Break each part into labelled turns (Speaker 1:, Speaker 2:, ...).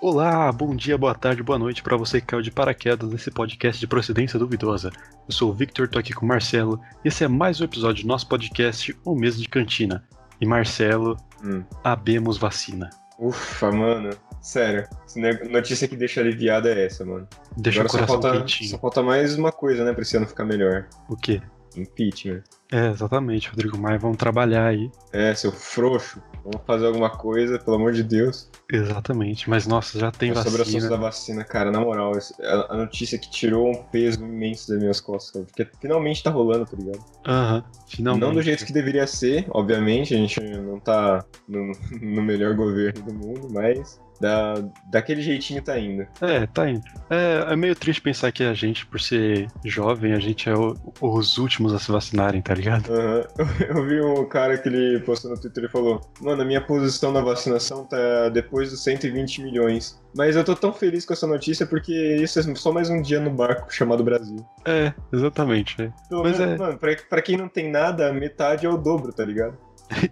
Speaker 1: Olá, bom dia, boa tarde, boa noite para você que caiu de paraquedas nesse podcast de procedência duvidosa. Eu sou o Victor, tô aqui com o Marcelo e esse é mais um episódio do nosso podcast Um Mês de Cantina. E Marcelo,
Speaker 2: Hum.
Speaker 1: abemos vacina.
Speaker 2: Ufa, mano. Sério. esse ne- Notícia que deixa aliviada é essa, mano.
Speaker 1: Deixa
Speaker 2: Agora
Speaker 1: o
Speaker 2: só
Speaker 1: coração
Speaker 2: falta,
Speaker 1: quentinho.
Speaker 2: só falta mais uma coisa, né, pra esse ano ficar melhor.
Speaker 1: O quê?
Speaker 2: Impeachment.
Speaker 1: É, exatamente, Rodrigo Maia, vamos trabalhar aí.
Speaker 2: É, seu frouxo. Vamos fazer alguma coisa, pelo amor de Deus.
Speaker 1: Exatamente, mas nossa, já tem
Speaker 2: Mas Sobre o assunto
Speaker 1: vacina.
Speaker 2: da vacina, cara, na moral, esse- a a notícia que tirou um peso imenso das minhas costas, cara, porque finalmente tá rolando, tá ligado?
Speaker 1: Aham,
Speaker 2: Não,
Speaker 1: finalmente.
Speaker 2: do jeito que deveria ser, obviamente, a gente não tá no, no melhor governo do mundo, mas da, daquele jeitinho tá indo.
Speaker 1: É, tá indo. É, é meio triste pensar que a gente, por ser jovem, a gente é o- os últimos a se vacinarem, tá ligado?
Speaker 2: Aham. Eu vi um cara que ele postou no Twitter e falou: Mano, a minha posição na vacinação tá depois dos 120 milhões. Mas eu tô tão feliz com essa notícia porque isso é só mais um dia no barco chamado Brasil.
Speaker 1: É, exatamente. é.
Speaker 2: Pelo
Speaker 1: Mas
Speaker 2: menos,
Speaker 1: é.
Speaker 2: mano, pra, pra quem não tem nada, a metade é o dobro, tá ligado?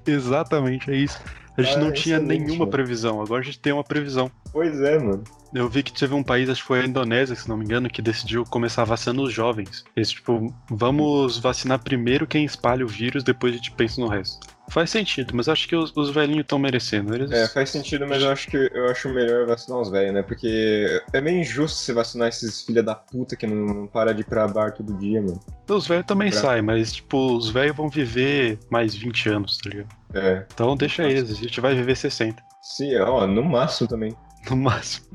Speaker 1: Exatamente, é isso. A gente
Speaker 2: Ah,
Speaker 1: não
Speaker 2: é
Speaker 1: tinha
Speaker 2: excelente,
Speaker 1: nenhuma
Speaker 2: mano.
Speaker 1: previsão, agora a gente tem uma previsão.
Speaker 2: Pois é, mano.
Speaker 1: Eu vi que teve um país, acho que foi a Indonésia, se não me engano, que decidiu começar vacinando os jovens. Eles, tipo, vamos vacinar primeiro quem espalha o vírus, depois a gente pensa no resto. Faz sentido, mas acho que os, os velhinhos estão merecendo. Eles...
Speaker 2: É, faz sentido, mas eu acho que eu acho melhor vacinar os velhos, né? Porque é meio injusto você vacinar esses filha da puta que não, não para de ir pra bar todo dia, mano.
Speaker 1: Os velhos também
Speaker 2: Pra-
Speaker 1: saem, mas, tipo, os velhos vão viver mais 20 anos, tá ligado?
Speaker 2: É.
Speaker 1: Então deixa eles, a gente vai viver 60,
Speaker 2: Sim, ó, no máximo também.
Speaker 1: no máximo.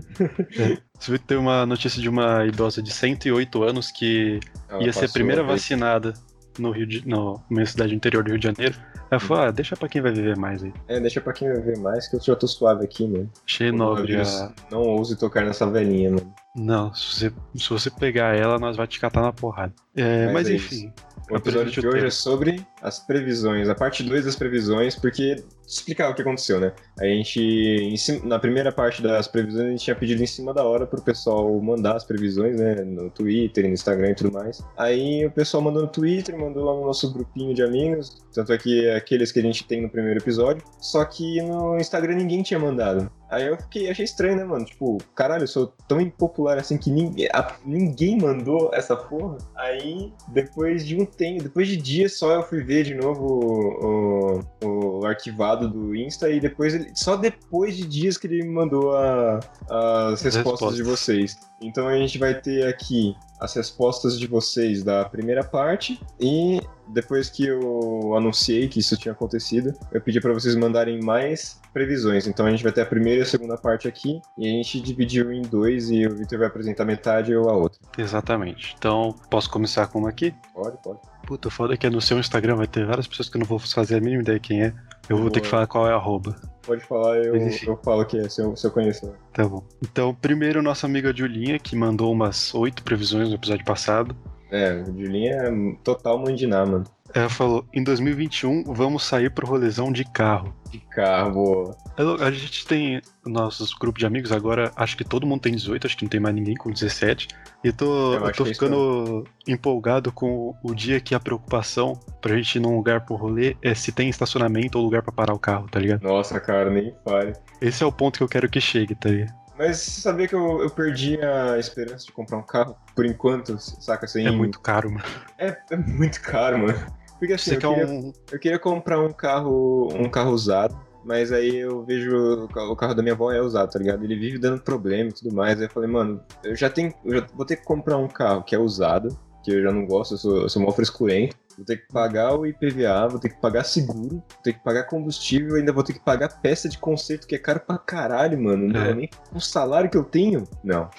Speaker 1: É. Você viu que tem uma notícia de uma idosa de 108 anos que
Speaker 2: Ela
Speaker 1: ia ser a
Speaker 2: passou
Speaker 1: primeira
Speaker 2: aí.
Speaker 1: vacinada no Rio de, no, numa cidade interior do Rio de Janeiro. Ela falou, ah, deixa pra quem vai viver mais aí.
Speaker 2: É, deixa pra quem vai ver mais, que eu já tô suave aqui, mano.
Speaker 1: Achei nobre. a-
Speaker 2: Não ouse tocar nessa velhinha, mano.
Speaker 1: Não, se você, se você pegar ela, nós vai te catar na porrada. É,
Speaker 2: Mas
Speaker 1: mas
Speaker 2: é
Speaker 1: enfim,
Speaker 2: O
Speaker 1: A
Speaker 2: episódio de
Speaker 1: previsão
Speaker 2: hoje
Speaker 1: de
Speaker 2: é sobre as previsões, a parte 2 das previsões, porque explicar o que aconteceu, né? A gente, em cima- na primeira parte das previsões, a gente tinha pedido em cima da hora pro pessoal mandar as previsões, né? No Twitter, no Instagram e tudo mais. Aí o pessoal mandou no Twitter, mandou lá no nosso grupinho de amigos, tanto é que aqueles que a gente tem no primeiro episódio, só que no Instagram ninguém tinha mandado. Aí eu fiquei, achei estranho, né, mano? Tipo, caralho, eu sou tão impopular assim que ninguém, a- ninguém mandou essa porra. Aí, depois de um tempo, depois de dias só, eu fui ver de novo o, o- o arquivado do Insta e depois ele, só depois de dias que ele me mandou a- as respostas de
Speaker 1: respostas.
Speaker 2: vocês. Então a gente vai ter aqui as respostas de vocês da primeira parte e depois que eu anunciei que isso tinha acontecido, eu pedi para vocês mandarem mais previsões. Então a gente vai ter a primeira e a segunda parte aqui, e a gente dividiu em dois, e o Victor vai apresentar metade e eu a outra.
Speaker 1: exatamente. Então, posso começar com uma aqui?
Speaker 2: Pode, pode.
Speaker 1: Puta, o foda é que no seu Instagram vai ter várias pessoas que eu não vou fazer a mínima ideia quem é. Eu vou ter que
Speaker 2: Boa.
Speaker 1: falar qual é a arroba.
Speaker 2: Pode falar, eu,
Speaker 1: Mas enfim.
Speaker 2: eu falo que é, se eu, se eu conhecer.
Speaker 1: Tá bom. Então, primeiro, nossa amiga Julinha, que mandou umas oito previsões no episódio passado.
Speaker 2: É, o Julinho é total mandiná, mano.
Speaker 1: Ela falou: em 2021, vamos sair pro rolezão de carro.
Speaker 2: De carro, boa.
Speaker 1: Eu- A gente tem nossos grupos de amigos agora, acho que todo mundo tem 18, acho que não tem mais ninguém com 17. E eu tô,
Speaker 2: Eu
Speaker 1: eu
Speaker 2: acho
Speaker 1: tô
Speaker 2: que é isso
Speaker 1: ficando empolgado com o- o dia que a preocupação pra gente ir num lugar pro rolê é se tem estacionamento ou lugar pra parar o carro, tá ligado?
Speaker 2: Nossa, cara, nem fale.
Speaker 1: Esse é o ponto que eu quero que chegue, tá ligado?
Speaker 2: Mas você sabia que eu, eu perdi a esperança de comprar um carro? Por enquanto, saca? Sem...
Speaker 1: É muito caro, mano.
Speaker 2: É, é muito caro, mano. Porque assim,
Speaker 1: Você
Speaker 2: eu
Speaker 1: quer
Speaker 2: queria
Speaker 1: um.
Speaker 2: Eu queria comprar um carro, um carro usado, mas aí eu vejo o ca- o carro da minha avó é usado, tá ligado? Ele vive dando problema e tudo mais. Aí eu falei, mano, eu já tenho, eu já vou ter que comprar um carro que é usado, que eu já não gosto, eu sou, eu sou mó frescurento. Vou ter que pagar o IPVA, vou ter que pagar seguro, vou ter que pagar combustível, ainda vou ter que pagar peça de conserto, que é caro pra caralho, mano. Não,
Speaker 1: É.
Speaker 2: nem com o salário que eu tenho, não.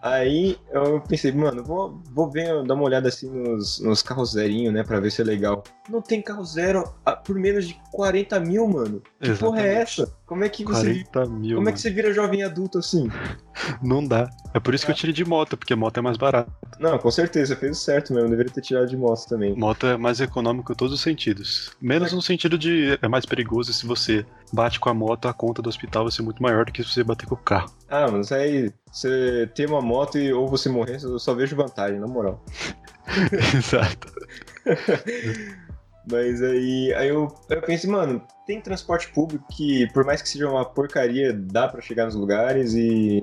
Speaker 2: Aí eu pensei, mano, vou, vou ver, dar uma olhada assim nos, nos carros zerinho, né, pra ver se é legal. Não tem carro zero a- por menos de 40 mil, mano. Que porra é
Speaker 1: Exatamente.
Speaker 2: essa? Como é que você,
Speaker 1: 40 mil.
Speaker 2: como é
Speaker 1: mano.
Speaker 2: que você vira jovem adulto assim?
Speaker 1: Não dá. É por isso que eu tirei de moto, porque moto é mais barato.
Speaker 2: Não, com certeza, fez o certo mesmo. Deveria ter tirado de moto também.
Speaker 1: Moto é mais econômico em todos os sentidos. Menos no sentido de é mais perigoso se você bate com a moto, a conta do hospital vai ser muito maior do que se você bater com o carro.
Speaker 2: Ah, mas aí você ter uma moto e ou você morrer, eu só vejo vantagem, na moral.
Speaker 1: Exato.
Speaker 2: Mas aí, aí eu, eu pensei, mano, tem transporte público que, por mais que seja uma porcaria, dá pra chegar nos lugares e.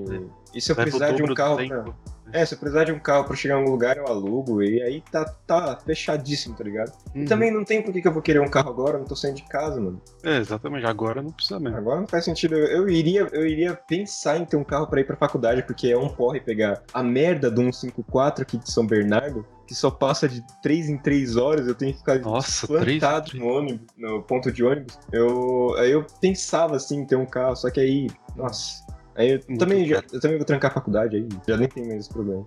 Speaker 2: E se eu
Speaker 1: Leva o
Speaker 2: precisar de
Speaker 1: dobro
Speaker 2: um
Speaker 1: do
Speaker 2: carro pra...
Speaker 1: tempo. né?
Speaker 2: É, se eu precisar de um carro pra chegar em um lugar, eu alugo, e aí tá, tá fechadíssimo, tá ligado? E
Speaker 1: Uhum.
Speaker 2: também não tem por que que eu vou querer um carro agora, eu não tô saindo de casa, mano.
Speaker 1: É, exatamente. Agora não precisa mesmo.
Speaker 2: Agora não faz sentido. Eu, eu iria, eu iria pensar em ter um carro pra ir pra faculdade, porque é um porre pegar a merda do 154 aqui de São Bernardo, que só passa de 3 em 3 horas, eu tenho que ficar
Speaker 1: Nossa, três.
Speaker 2: plantado no ônibus, no ponto de ônibus. Eu, aí eu pensava assim em ter um carro, só que aí, nossa. Aí eu
Speaker 1: Muito
Speaker 2: também, já,
Speaker 1: caro.
Speaker 2: eu também vou trancar a faculdade aí, já nem tem mais esse problema.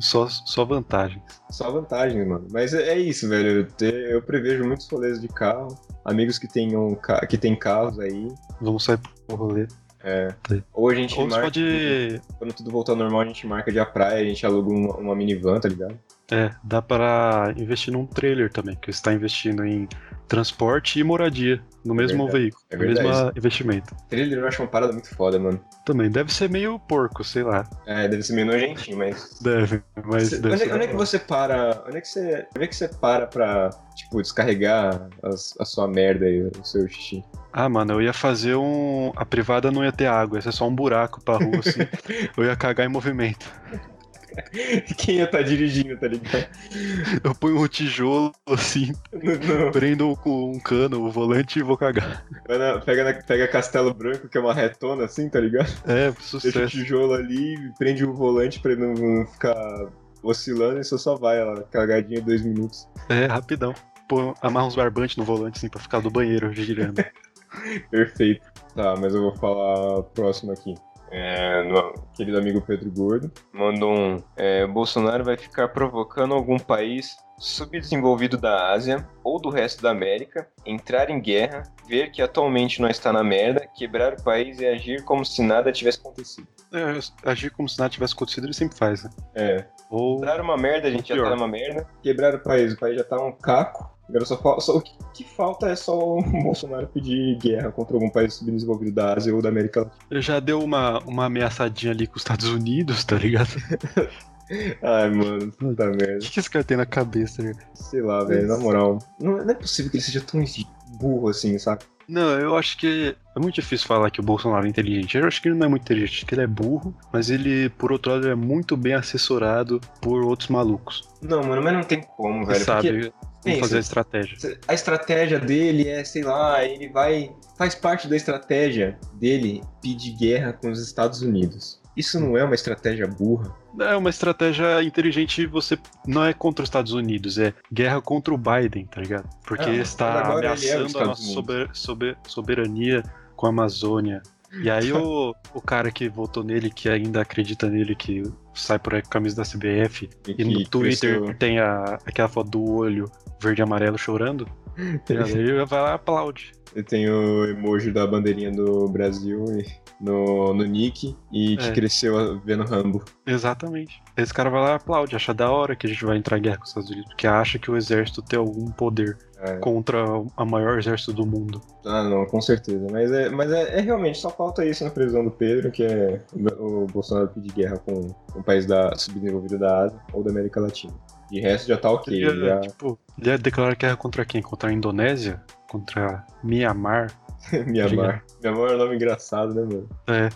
Speaker 1: Só, só vantagem.
Speaker 2: Só vantagens, mano. Mas é é isso, velho. Eu, te- eu prevejo muitos rolês de carro, amigos que tenham ca- que tem carros aí.
Speaker 1: Vamos sair pro rolê.
Speaker 2: É.
Speaker 1: Sim.
Speaker 2: Ou a gente
Speaker 1: Ou você
Speaker 2: marca.
Speaker 1: pode.
Speaker 2: Quando tudo voltar ao normal, a gente marca de a praia, a gente aluga uma, uma minivan, tá ligado?
Speaker 1: É, dá para investir num trailer também, que você está investindo em transporte e moradia no mesmo
Speaker 2: verdade.
Speaker 1: veículo.
Speaker 2: É
Speaker 1: no mesmo
Speaker 2: verdade.
Speaker 1: ah, investimento.
Speaker 2: Trailer eu acho uma parada muito foda, mano.
Speaker 1: Também deve ser meio porco, sei lá.
Speaker 2: É, deve ser meio nojentinho, mas.
Speaker 1: Deve, mas
Speaker 2: Cê-
Speaker 1: deve
Speaker 2: onde,
Speaker 1: ser.
Speaker 2: onde é que você para? Onde é que você. Onde é que você para pra, tipo, descarregar as- a sua merda aí, o seu xixi?
Speaker 1: Ah, mano, eu ia fazer um. A privada não ia ter água, ia ser só um buraco pra rua, assim. eu ia cagar em movimento.
Speaker 2: Quem ia tá dirigindo, tá ligado?
Speaker 1: Eu ponho um tijolo, assim,
Speaker 2: No- no-
Speaker 1: prendo com um cano o volante e vou cagar.
Speaker 2: vai na- pega, na- pega Castelo Branco, que é uma retona assim, tá ligado?
Speaker 1: É,
Speaker 2: Deixa o
Speaker 1: sucesso.
Speaker 2: tijolo ali, prende o volante pra ele não, não ficar oscilando e você só vai, ó, cagadinha em dois minutos.
Speaker 1: É, rapidão. Pô, amarra uns barbantes no volante, assim, pra ficar do banheiro girando. É,
Speaker 2: Perfeito. Tá, mas eu vou falar próximo aqui. É, no- querido amigo Pedro Gordo mandou um. é, Bolsonaro vai ficar provocando algum país subdesenvolvido da Ásia ou do resto da América entrar em guerra, ver que atualmente não está na merda, quebrar o país e agir como se nada tivesse acontecido.
Speaker 1: É, agir como se nada tivesse acontecido, ele sempre faz, né?
Speaker 2: É,
Speaker 1: Ou.
Speaker 2: Quebraram uma merda, a gente já
Speaker 1: Pior.
Speaker 2: tá numa merda. Quebraram o país, o país já tá um caco. Agora só, fal- só o que, que falta é só o Bolsonaro pedir guerra contra algum país subdesenvolvido da Ásia ou da América Latina.
Speaker 1: Ele já deu uma, uma ameaçadinha ali com os Estados Unidos, tá ligado?
Speaker 2: Ai, mano, puta
Speaker 1: O
Speaker 2: merda.
Speaker 1: que, que esse cara tem na cabeça, tá ligado?
Speaker 2: Sei lá, velho, na moral. Não, não é possível que ele seja tão burro assim, sabe?
Speaker 1: Não, eu acho que é muito difícil falar que o Bolsonaro é inteligente. Eu acho que ele não é muito inteligente, acho que ele é burro, mas ele, por outro lado, é muito bem assessorado por outros malucos.
Speaker 2: Não, mano, mas não tem como,
Speaker 1: Que sabe como
Speaker 2: Sim,
Speaker 1: fazer a
Speaker 2: sim.
Speaker 1: estratégia.
Speaker 2: A estratégia dele é, sei lá, ele vai. Faz parte da estratégia dele pedir guerra com os Estados Unidos. Isso não é uma estratégia burra.
Speaker 1: É uma estratégia inteligente, você não é contra os Estados Unidos, é guerra contra o Biden, tá ligado? Porque
Speaker 2: Ah, mas
Speaker 1: está
Speaker 2: agora ele é os
Speaker 1: ameaçando a
Speaker 2: Estados
Speaker 1: nossa
Speaker 2: Unidos.
Speaker 1: sober- sober- soberania com a Amazônia. E aí o, o cara que votou nele, que ainda acredita nele, que sai por aí com a camisa da CBF, e,
Speaker 2: que
Speaker 1: no Twitter
Speaker 2: cresceu-
Speaker 1: tem a, aquela foto do olho verde e amarelo chorando, tá ligado? ele vai lá e aplaude.
Speaker 2: Eu tenho emoji da bandeirinha do Brasil e- no, no Nick e que
Speaker 1: É.
Speaker 2: cresceu vendo Rambo.
Speaker 1: Exatamente. Esse cara vai lá e aplaude, acha da hora que a gente vai entrar em guerra com os Estados Unidos, porque acha que o exército tem algum poder
Speaker 2: É.
Speaker 1: contra a maior exército do mundo.
Speaker 2: Ah, não, com certeza. Mas, é, mas é, é realmente, só falta isso na previsão do Pedro, que é o Bolsonaro pedir guerra com um país da, subdesenvolvido da Ásia ou da América Latina. De resto já tá ok.
Speaker 1: Ele ia,
Speaker 2: já-
Speaker 1: tipo, ele ia declarar guerra contra quem? Contra a Indonésia? Contra Mianmar?
Speaker 2: Mianmar. Mianmar é um nome engraçado, né, mano?
Speaker 1: É.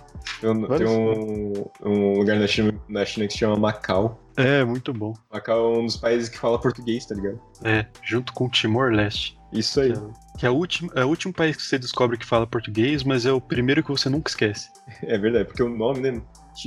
Speaker 2: Tem um, tem
Speaker 1: Vários.
Speaker 2: um, um lugar na China, na China que se chama Macau.
Speaker 1: É, muito bom.
Speaker 2: Macau é um dos países que fala português, tá ligado?
Speaker 1: É, junto com Timor-Leste.
Speaker 2: Isso aí.
Speaker 1: Que, é, que é o último, é o último país que você descobre que fala português, mas é o primeiro que você nunca esquece.
Speaker 2: É verdade, porque o nome, né?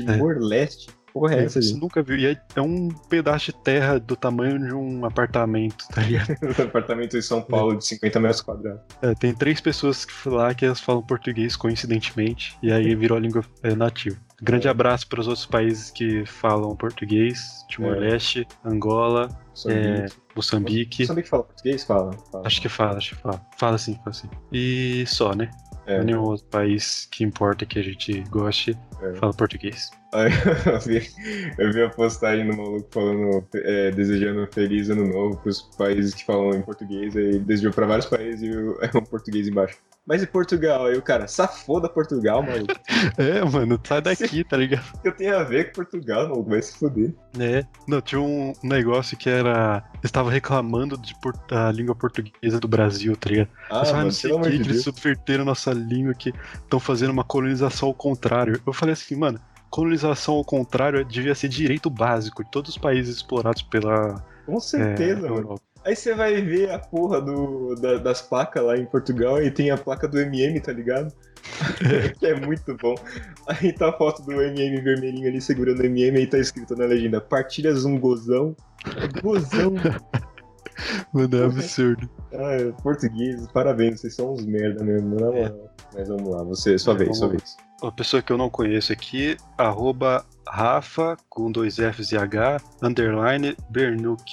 Speaker 2: Timor-Leste. Porra, é essa,
Speaker 1: né? você
Speaker 2: gente?
Speaker 1: nunca viu. E é, é um pedaço de terra do tamanho de um apartamento, tá ligado?
Speaker 2: Apartamento em São Paulo de 50 metros quadrados.
Speaker 1: É, tem três pessoas que lá que elas falam português, coincidentemente, e aí virou a língua é, nativa. Grande abraço para os outros países que falam português: Timor-Leste, Angola,
Speaker 2: Moçambique.
Speaker 1: Moçambique.
Speaker 2: Moçambique fala português? Fala. fala.
Speaker 1: É, Acho que fala, acho que fala. Fala sim, fala sim. E só, né?
Speaker 2: É.
Speaker 1: Não é Nenhum outro país que importa que a gente goste
Speaker 2: É.
Speaker 1: fala português.
Speaker 2: Aí eu, vi, eu vi a postagem do maluco falando, é, desejando um feliz ano novo pros países que falam em português. Aí ele desejou pra vários países e o- é um português embaixo. mas e Portugal? Aí o cara, safoda Portugal, maluco.
Speaker 1: É, mano, sai daqui, tá ligado?
Speaker 2: O que eu tenho a ver com Portugal, maluco? Vai se fuder.
Speaker 1: É. Não, tinha um negócio que era. Estava reclamando de por- da língua portuguesa do Brasil, tá ligado?
Speaker 2: Ah,
Speaker 1: Mas, ah,
Speaker 2: mano,
Speaker 1: não
Speaker 2: pelo
Speaker 1: sei o
Speaker 2: amor
Speaker 1: que,
Speaker 2: de
Speaker 1: que eles
Speaker 2: Deus.
Speaker 1: subverteram nossa língua, que estão fazendo uma colonização ao contrário. Eu falei assim, mano, colonização ao contrário devia ser direito básico de todos os países explorados pela
Speaker 2: Com
Speaker 1: é,
Speaker 2: certeza, mano.
Speaker 1: Europa.
Speaker 2: Aí você vai ver a porra do, da- das placas lá em Portugal e tem a placa do MM, tá ligado? que é muito bom. Aí tá a foto do MM vermelhinho ali segurando o MM e tá escrito na legenda: Partilhas um gozão. Gozão.
Speaker 1: Mano, é absurdo.
Speaker 2: Ah, português, parabéns, vocês são uns merda mesmo, na moral. Mas vamos lá, você, sua
Speaker 1: É,
Speaker 2: vez, sua
Speaker 1: vamos
Speaker 2: vez.
Speaker 1: Uma pessoa que eu não conheço aqui, arroba Rafa, com dois Fs e H, underline Bernuc,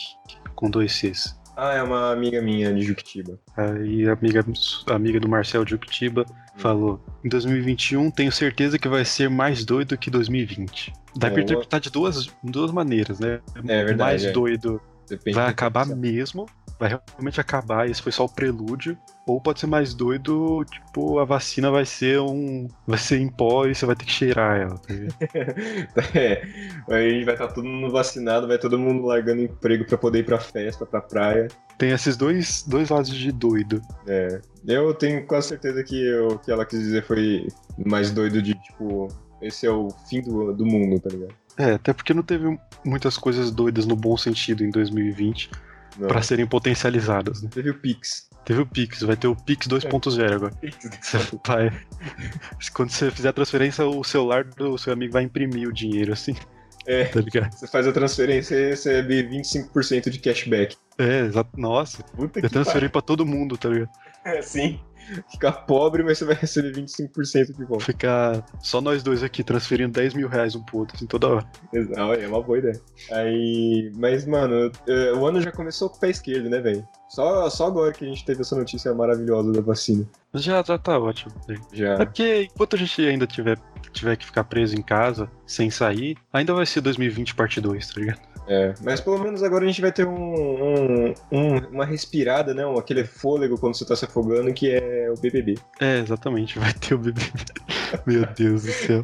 Speaker 1: com dois Cs.
Speaker 2: Ah, é uma amiga minha de Juquitiba.
Speaker 1: Aí a amiga, a amiga do Marcel de Uctiba
Speaker 2: Hum.
Speaker 1: falou: em 2021 tenho certeza que vai ser mais doido que 2020. Dá
Speaker 2: É,
Speaker 1: pra
Speaker 2: eu-
Speaker 1: interpretar de duas, duas maneiras, né?
Speaker 2: É verdade,
Speaker 1: mais
Speaker 2: é.
Speaker 1: doido
Speaker 2: Depende
Speaker 1: vai
Speaker 2: do-
Speaker 1: acabar mesmo, vai realmente acabar, esse foi só o prelúdio. Ou pode ser mais doido, tipo, a vacina vai ser um. Vai ser em pó e você vai ter que cheirar ela. tá ligado?
Speaker 2: É, aí vai estar todo mundo vacinado, vai todo mundo largando emprego pra poder ir pra festa, pra praia.
Speaker 1: Tem esses dois, dois lados de doido.
Speaker 2: É, eu tenho quase certeza que o que ela quis dizer foi mais doido de, tipo, esse é o fim do, do mundo, tá ligado?
Speaker 1: É, até porque não teve muitas coisas doidas no bom sentido em 2020
Speaker 2: Não.
Speaker 1: pra serem potencializadas, né?
Speaker 2: Teve o Pix.
Speaker 1: Teve o Pix, vai ter o Pix 2.0 agora. Você vai... Quando você fizer a transferência, o celular do seu amigo vai imprimir o dinheiro, assim.
Speaker 2: É.
Speaker 1: Tá ligado?
Speaker 2: Você faz a transferência e recebe 25% de cashback.
Speaker 1: É, exato. Nossa,
Speaker 2: Puta
Speaker 1: eu
Speaker 2: que
Speaker 1: transferi pra todo mundo, tá ligado?
Speaker 2: pariu. É, sim. Ficar pobre, mas você vai receber 25% de volta.
Speaker 1: Ficar só nós dois aqui transferindo 10 mil reais um pro outro, assim, toda hora.
Speaker 2: Exa- olha, É uma boa ideia. Aí, mas, mano, eh, o ano já começou com o pé esquerdo, né, velho? Só, só agora que a gente teve essa notícia maravilhosa da vacina.
Speaker 1: Mas já, já tá ótimo. tá ligado? É
Speaker 2: Já.
Speaker 1: porque enquanto a gente ainda tiver, tiver que ficar preso em casa, sem sair, ainda vai ser 2020 parte 2, tá ligado?
Speaker 2: É, mas pelo menos agora a gente vai ter um, um- um- uma respirada, né? Um, aquele fôlego quando você tá se afogando, que é o BBB.
Speaker 1: É, exatamente, vai ter o bebê. Meu Deus do céu.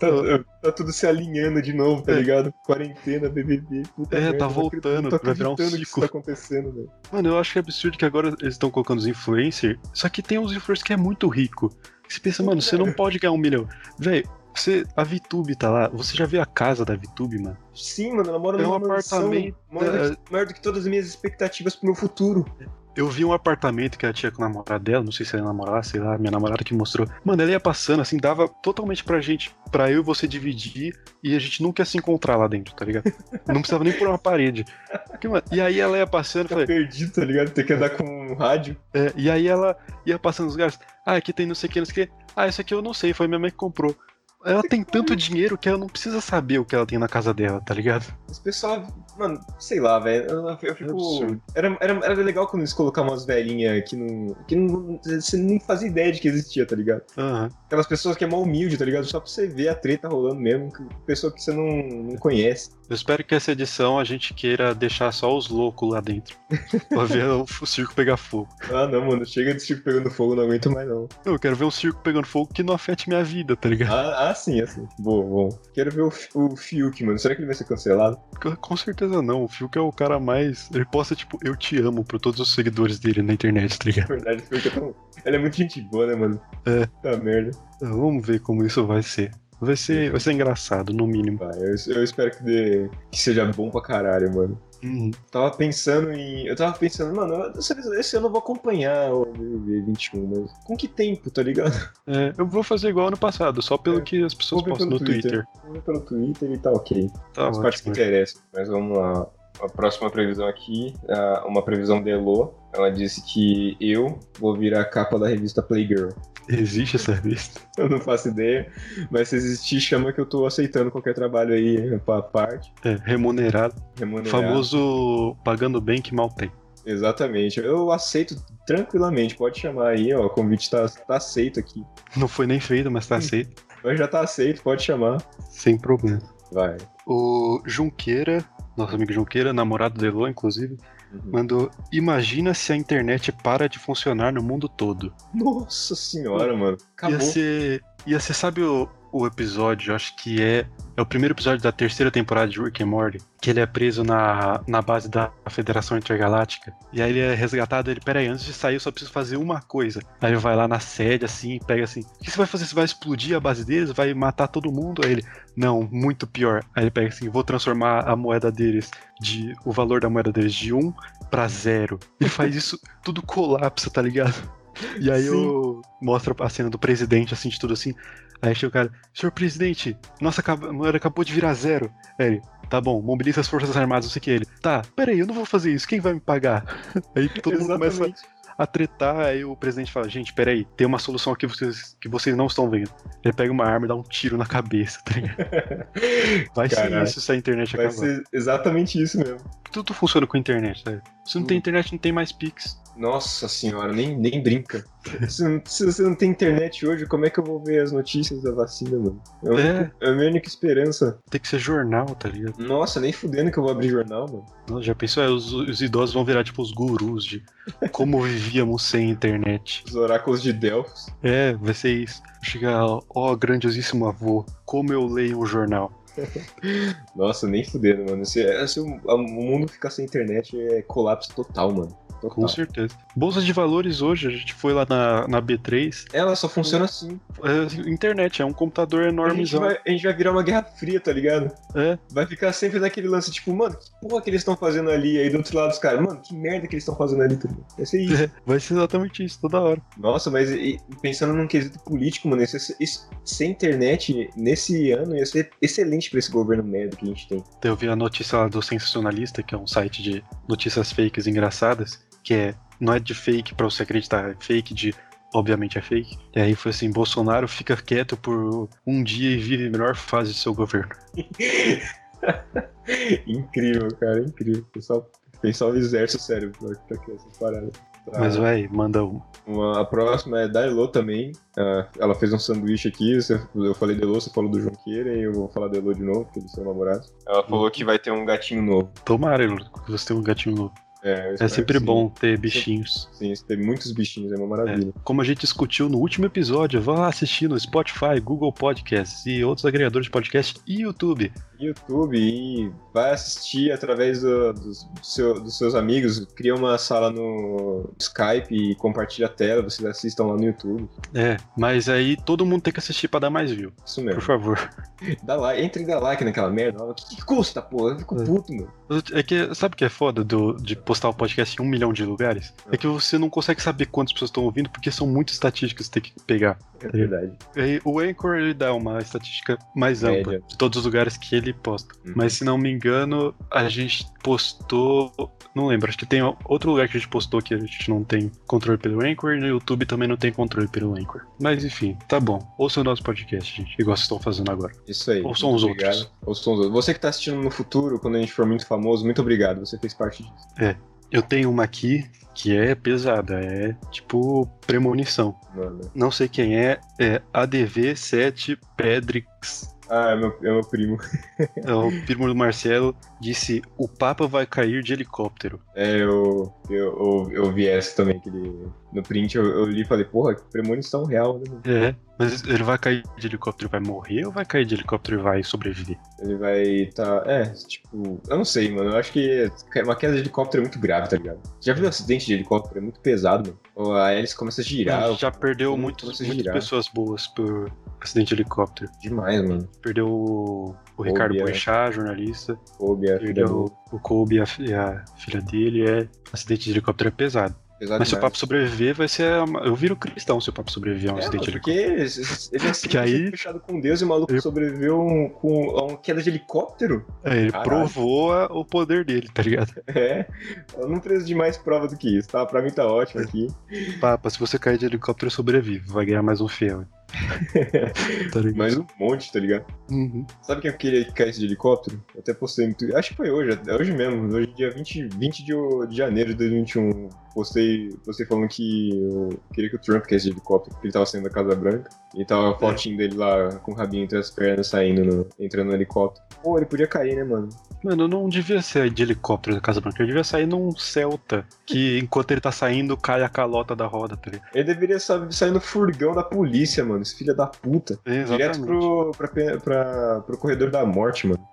Speaker 2: Tá, tá tudo se alinhando de novo, tá
Speaker 1: É.
Speaker 2: ligado? Quarentena, BBB, puta
Speaker 1: É,
Speaker 2: merda,
Speaker 1: tá
Speaker 2: não acredito-
Speaker 1: voltando,
Speaker 2: não tô
Speaker 1: vai virar um
Speaker 2: acreditando que isso
Speaker 1: ciclo.
Speaker 2: tá acontecendo, velho.
Speaker 1: Mano, eu acho que é absurdo que agora eles estão colocando os influencers, só que tem uns influencers que é muito rico. Você pensa, mano, você não pode ganhar um milhão. Véi, você, a VTube tá lá, você já viu a casa da VTube, mano?
Speaker 2: Sim, mano, ela mora
Speaker 1: É um
Speaker 2: numa mansão
Speaker 1: apartamento, é.
Speaker 2: maior, do que- maior do que todas as minhas expectativas pro meu futuro.
Speaker 1: Eu vi um apartamento que ela tinha com a namorada dela, não sei se era namorada, sei lá, minha namorada que mostrou. Mano, ela ia passando, assim, dava totalmente pra gente, pra eu e você dividir, e a gente nunca ia se encontrar lá dentro, tá ligado? Não precisava nem por uma parede. Porque, mano, e aí ela ia passando, eu
Speaker 2: Tá
Speaker 1: falei,
Speaker 2: perdido, tá ligado? Tem que andar com um rádio.
Speaker 1: É, e aí ela ia passando os lugares. Ah, aqui tem não sei o que, não sei o que. Ah, isso aqui eu não sei, foi minha mãe que comprou. Ela tem tanto dinheiro que ela não precisa saber o que ela tem na casa dela, tá ligado?
Speaker 2: Os pessoal, mano, sei lá, velho. Eu, eu
Speaker 1: É
Speaker 2: fico.
Speaker 1: absurdo.
Speaker 2: Era, era, era legal quando eles colocavam umas velhinhas que não. que não. Você nem fazia ideia de que existia, tá ligado?
Speaker 1: Aham.
Speaker 2: Aquelas pessoas que é mal humilde, tá ligado? Só pra você ver a treta rolando mesmo. que- Pessoa que você não, não conhece.
Speaker 1: Eu espero que essa edição a gente queira deixar só os loucos lá dentro. pra ver o f- o circo pegar fogo.
Speaker 2: Ah, não, mano, chega de circo pegando fogo, não aguento mais, não.
Speaker 1: Não, eu quero ver um circo pegando fogo que não afete minha vida, tá ligado?
Speaker 2: Ah, ah, sim, assim. Bom, bom. Quero ver o, Fi- o Fiuk, mano. Será que ele vai ser cancelado?
Speaker 1: Com- Com certeza não. O Fiuk é o cara mais. Ele posta, tipo, eu te amo pra todos os seguidores dele na internet, tá ligado?
Speaker 2: Na verdade, o Fiuk é tão. Ele é muito gente boa, né, mano?
Speaker 1: É.
Speaker 2: Tá merda.
Speaker 1: Então, Vamos ver como isso vai ser. Vai ser, vai ser engraçado, no mínimo.
Speaker 2: Vai, eu, eu espero que, dê, que seja bom pra caralho, mano.
Speaker 1: Uhum.
Speaker 2: Tava pensando em. Eu tava pensando, mano, essa vez- esse ano eu vou acompanhar o BBB 21, mas com que tempo, tá ligado?
Speaker 1: É, eu vou fazer igual ano passado, só pelo
Speaker 2: É,
Speaker 1: que as pessoas
Speaker 2: vou ver
Speaker 1: postam
Speaker 2: pelo
Speaker 1: no Twitter.
Speaker 2: Vamos ver pelo Twitter e tá ok.
Speaker 1: Tá
Speaker 2: As partes que
Speaker 1: ótimo.
Speaker 2: interessam, mas vamos lá. A próxima previsão aqui, ah, uma previsão de Elo. Ela disse que eu vou virar a capa da revista Playgirl.
Speaker 1: Existe essa lista?
Speaker 2: Eu não faço ideia, mas se existir, chama que eu tô aceitando qualquer trabalho aí eh, pra parte.
Speaker 1: É, remunerado.
Speaker 2: Remunerado.
Speaker 1: Famoso pagando bem que mal tem.
Speaker 2: Exatamente. Eu aceito tranquilamente. Pode chamar aí, ó. O convite tá, tá aceito aqui.
Speaker 1: Não foi nem feito, mas tá aceito.
Speaker 2: Mas já tá aceito, pode chamar.
Speaker 1: Sem problema.
Speaker 2: Vai.
Speaker 1: O Junqueira, nosso amigo Junqueira, namorado do Elô, inclusive, mandou: Imagina se a internet para de funcionar no mundo todo.
Speaker 2: Nossa senhora, mano. Acabou.
Speaker 1: Ia ser. Ia ser, sabe o, o episódio, acho que é. É o primeiro episódio da terceira temporada de Rick and Morty, que ele é preso na, na base da Federação Intergaláctica. E aí ele é resgatado, ele, peraí, antes de sair eu só preciso fazer uma coisa. Aí ele vai lá na sede, assim, pega assim, o que você vai fazer? Você vai explodir a base deles? Vai matar todo mundo? Aí ele, não, muito pior. Aí ele pega assim, vou transformar a moeda deles, de o valor da moeda deles de 1 pra 0. Ele faz isso, tudo colapsa, tá ligado? E aí eu mostro a cena do presidente, assim, de tudo assim. Aí chega o cara, senhor presidente, nossa cab- moeda acabou de virar zero. Aí ele, tá bom, mobiliza as forças armadas, não sei o que. Ele, tá, peraí, eu não vou fazer isso, quem vai me pagar? Aí todo mundo começa
Speaker 2: Exatamente.
Speaker 1: a tretar, aí o presidente fala, gente, peraí, tem uma solução aqui que vocês, que vocês não estão vendo. Ele pega uma arma e dá um tiro na cabeça, tá ligado? Vai ser
Speaker 2: Caralho.
Speaker 1: isso se a internet
Speaker 2: Vai
Speaker 1: acabar.
Speaker 2: ser exatamente isso mesmo.
Speaker 1: Tudo funciona com internet, né? Se
Speaker 2: Hum.
Speaker 1: não tem internet, não tem mais Pix.
Speaker 2: Nossa senhora, nem, nem brinca. Se, não- se você não tem internet hoje, como é que eu vou ver as notícias da vacina, mano? É, o-
Speaker 1: É,
Speaker 2: é a minha única esperança.
Speaker 1: tem que ser jornal, tá ligado?
Speaker 2: Nossa, nem fudendo que eu vou abrir jornal, mano.
Speaker 1: Nossa, já pensou? É, os, os idosos vão virar tipo os gurus de como vivíamos sem internet.
Speaker 2: Os oráculos de Delfos.
Speaker 1: É, vai ser isso. Chegar, ó, ó, grandiosíssimo avô, como eu leio o jornal.
Speaker 2: Nossa, nem fudendo, mano. Se, é, se o, o mundo ficar sem internet, é colapso total, mano.
Speaker 1: Com
Speaker 2: Total.
Speaker 1: certeza. Bolsa de valores hoje, a gente foi lá na, na B3.
Speaker 2: Ela só funciona assim.
Speaker 1: É, internet, é um computador
Speaker 2: A gente,
Speaker 1: enormezão.
Speaker 2: vai, a gente vai virar uma guerra fria, tá ligado?
Speaker 1: É,
Speaker 2: Vai ficar sempre naquele lance, tipo, mano, que porra que eles estão fazendo ali? Aí do outro lado os caras, mano, que merda que eles estão fazendo ali também. Vai ser isso.
Speaker 1: vai ser exatamente isso, toda hora.
Speaker 2: Nossa, mas e- pensando num quesito político, mano, esse, esse- sem internet nesse ano ia ser excelente pra esse governo merda que a gente tem.
Speaker 1: Eu vi a notícia lá do Sensacionalista, que é um site de notícias fakes engraçadas, que é não é de fake pra você acreditar, é fake de obviamente é fake. E aí foi assim, Bolsonaro fica quieto por um dia e vive a melhor fase de seu governo.
Speaker 2: incrível, cara, incrível. Pessoal, pessoal do exército, sério, pra, pra que essas paradas. Tá.
Speaker 1: Mas vai, manda um. uma.
Speaker 2: Uma- a próxima é da Elo também. Ah, ela fez um sanduíche aqui. você- eu falei da Elo, você falou do Junqueira e eu vou falar da Elo de novo, porque eles são namorados. Ela falou que vai ter um gatinho novo.
Speaker 1: Tomara, Lu, que você tem um gatinho novo.
Speaker 2: É, eu
Speaker 1: É
Speaker 2: espero
Speaker 1: sempre
Speaker 2: que sim.
Speaker 1: bom ter bichinhos.
Speaker 2: Sim, isso tem muitos bichinhos, é uma
Speaker 1: É,
Speaker 2: maravilha.
Speaker 1: como a gente discutiu no último episódio, vá lá assistir no Spotify, Google Podcasts e outros agregadores de podcast e YouTube.
Speaker 2: YouTube e vai assistir através do- dos, do seu- dos seus amigos, cria uma sala no Skype e compartilha a tela, vocês assistam lá no YouTube.
Speaker 1: É, mas aí todo mundo tem que assistir pra dar mais view,
Speaker 2: Isso
Speaker 1: por
Speaker 2: mesmo.
Speaker 1: favor.
Speaker 2: Dá like, entra e dá like naquela merda. O que, que custa, pô? Eu fico puto, mano.
Speaker 1: É que, sabe o que é foda do- de postar o podcast em um milhão de lugares? É que você não consegue saber quantas pessoas estão ouvindo, porque são muitas estatísticas que você tem que pegar.
Speaker 2: É verdade.
Speaker 1: Aí, o Anchor ele dá uma estatística mais
Speaker 2: Média.
Speaker 1: ampla de todos os lugares que ele posta.
Speaker 2: Uhum.
Speaker 1: Mas se não me engano, a gente postou. Não lembro, acho que tem outro lugar que a gente postou que a gente não tem controle pelo Anchor, e no YouTube também não tem controle pelo Anchor. Mas enfim, tá bom. Ouça o nosso podcast, gente, igual vocês estão fazendo agora.
Speaker 2: Isso aí.
Speaker 1: Ouçam
Speaker 2: Muito
Speaker 1: os
Speaker 2: obrigado.
Speaker 1: outros.
Speaker 2: Ouçam os outros. Você que tá assistindo no futuro, quando a gente for muito famoso, muito obrigado. Você fez parte disso.
Speaker 1: Eu tenho uma aqui que é pesada, é tipo premonição.
Speaker 2: Mano.
Speaker 1: não sei quem é, é ADV7 Pedrix.
Speaker 2: Ah, é meu, é meu primo.
Speaker 1: É o primo do Marcelo disse: O Papa vai cair de helicóptero.
Speaker 2: É, eu, eu, eu, eu vi essa também, que ele. No print eu, eu li e falei, porra, que premonição real, né, mano?
Speaker 1: É, mas ele vai cair de helicóptero e vai morrer ou vai cair de helicóptero e vai sobreviver?
Speaker 2: Ele vai tá. É, tipo. Eu não sei, mano. Eu acho que uma queda de helicóptero é muito grave, tá ligado? Já viu um acidente de helicóptero? É muito pesado, mano. Ou a hélice começa a girar.
Speaker 1: Já perdeu
Speaker 2: como
Speaker 1: muitos,
Speaker 2: você
Speaker 1: muitas
Speaker 2: girar?
Speaker 1: pessoas boas por acidente de helicóptero.
Speaker 2: Demais, mano.
Speaker 1: Perdeu o, o Ricardo
Speaker 2: Bianca.
Speaker 1: Boechat, jornalista.
Speaker 2: Kobe, a é. filha
Speaker 1: Perdeu
Speaker 2: do-
Speaker 1: o Kobe, a, fi- a filha dele. É, acidente de helicóptero é pesado.
Speaker 2: Pesado
Speaker 1: Mas se o
Speaker 2: demais.
Speaker 1: Papa sobreviver, vai ser. a- Eu viro cristão se o Papa sobreviver a um
Speaker 2: É,
Speaker 1: acidente
Speaker 2: mano,
Speaker 1: de
Speaker 2: porque ele, ele é sempre
Speaker 1: aí-
Speaker 2: fechado com Deus e o maluco
Speaker 1: Eu-
Speaker 2: sobreviveu um- com a uma queda de helicóptero?
Speaker 1: É, ele
Speaker 2: Caralho.
Speaker 1: provou a- o poder dele, tá ligado?
Speaker 2: É. Eu não preciso de mais prova do que isso, tá? Pra mim tá ótimo aqui.
Speaker 1: Papa, se você cair de helicóptero, sobrevive. Vai ganhar mais um ferro. Tá ligado?
Speaker 2: Mas um monte, tá ligado?
Speaker 1: Uhum.
Speaker 2: Sabe quem eu queria que caísse de helicóptero? Eu até postei no Twitter. Acho que foi hoje, é hoje mesmo. Hoje, dia 20, 20 de, de janeiro de 2021. Postei, postei falando que eu queria que o Trump caísse de helicóptero, porque ele tava saindo da Casa Branca. E tava a fotinho dele lá com o rabinho entre as pernas, saindo, no- entrando no helicóptero. Pô, ele podia cair, né, mano?
Speaker 1: Mano, eu não devia sair de helicóptero da Casa Branca, eu devia sair num Celta, que enquanto ele tá saindo, cai a calota da roda, tá ligado?
Speaker 2: Ele deveria sa- sair no furgão da polícia, mano. Esse filho da puta. Direto pro, pra pe- pra- pro corredor da morte, mano.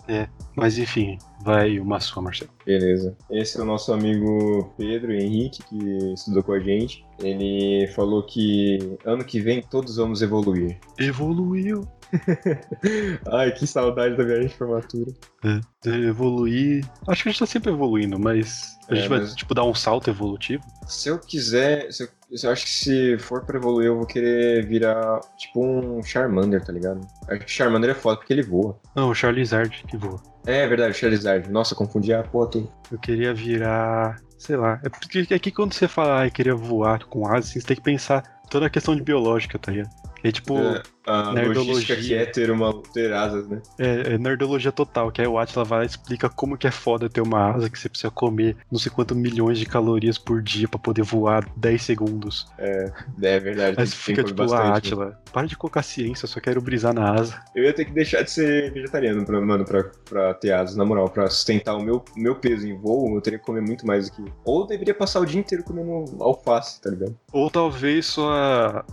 Speaker 1: Mas enfim, vai uma sua, Marcelo.
Speaker 2: Beleza. Esse é o nosso amigo Pedro Henrique, que estudou com a gente. Ele falou que ano que vem todos vamos evoluir.
Speaker 1: Evoluiu.
Speaker 2: Ai, que saudade da viagem de formatura.
Speaker 1: Evoluir. Acho que a gente tá sempre evoluindo, mas a
Speaker 2: É,
Speaker 1: gente vai,
Speaker 2: mas-
Speaker 1: tipo, dar um salto evolutivo.
Speaker 2: Se eu quiser, se eu, se eu acho que se for pra evoluir, eu vou querer virar tipo um Charmander, tá ligado? Acho que Charmander é foda porque ele voa.
Speaker 1: Não, o Charizard que voa.
Speaker 2: É verdade, Charizard. Nossa, confundi a porra toda.
Speaker 1: Eu queria virar. Sei lá. É porque aqui quando você fala, ah, queria voar com asas, assim, você tem que pensar toda a questão de biológica, tá ligado? É tipo,
Speaker 2: É, a
Speaker 1: nerdologia.
Speaker 2: logística que é ter, uma, ter asas, né?
Speaker 1: é, é nerdologia total, que aí o Atila vai lá e explica como que é foda ter uma asa que você precisa comer não sei quantos milhões de calorias por dia pra poder voar 10 segundos.
Speaker 2: É verdade.
Speaker 1: Aí você
Speaker 2: tem-
Speaker 1: fica
Speaker 2: tem coisa
Speaker 1: tipo, ah,
Speaker 2: né?
Speaker 1: Atila, para de colocar ciência, eu só quero brisar na asa.
Speaker 2: Eu ia ter que deixar de ser vegetariano, pra, mano, pra, pra ter asas, na moral. Pra sustentar o meu, meu peso em voo, eu teria que comer muito mais do que. Ou eu deveria passar o dia inteiro comendo alface, tá ligado?
Speaker 1: Ou talvez só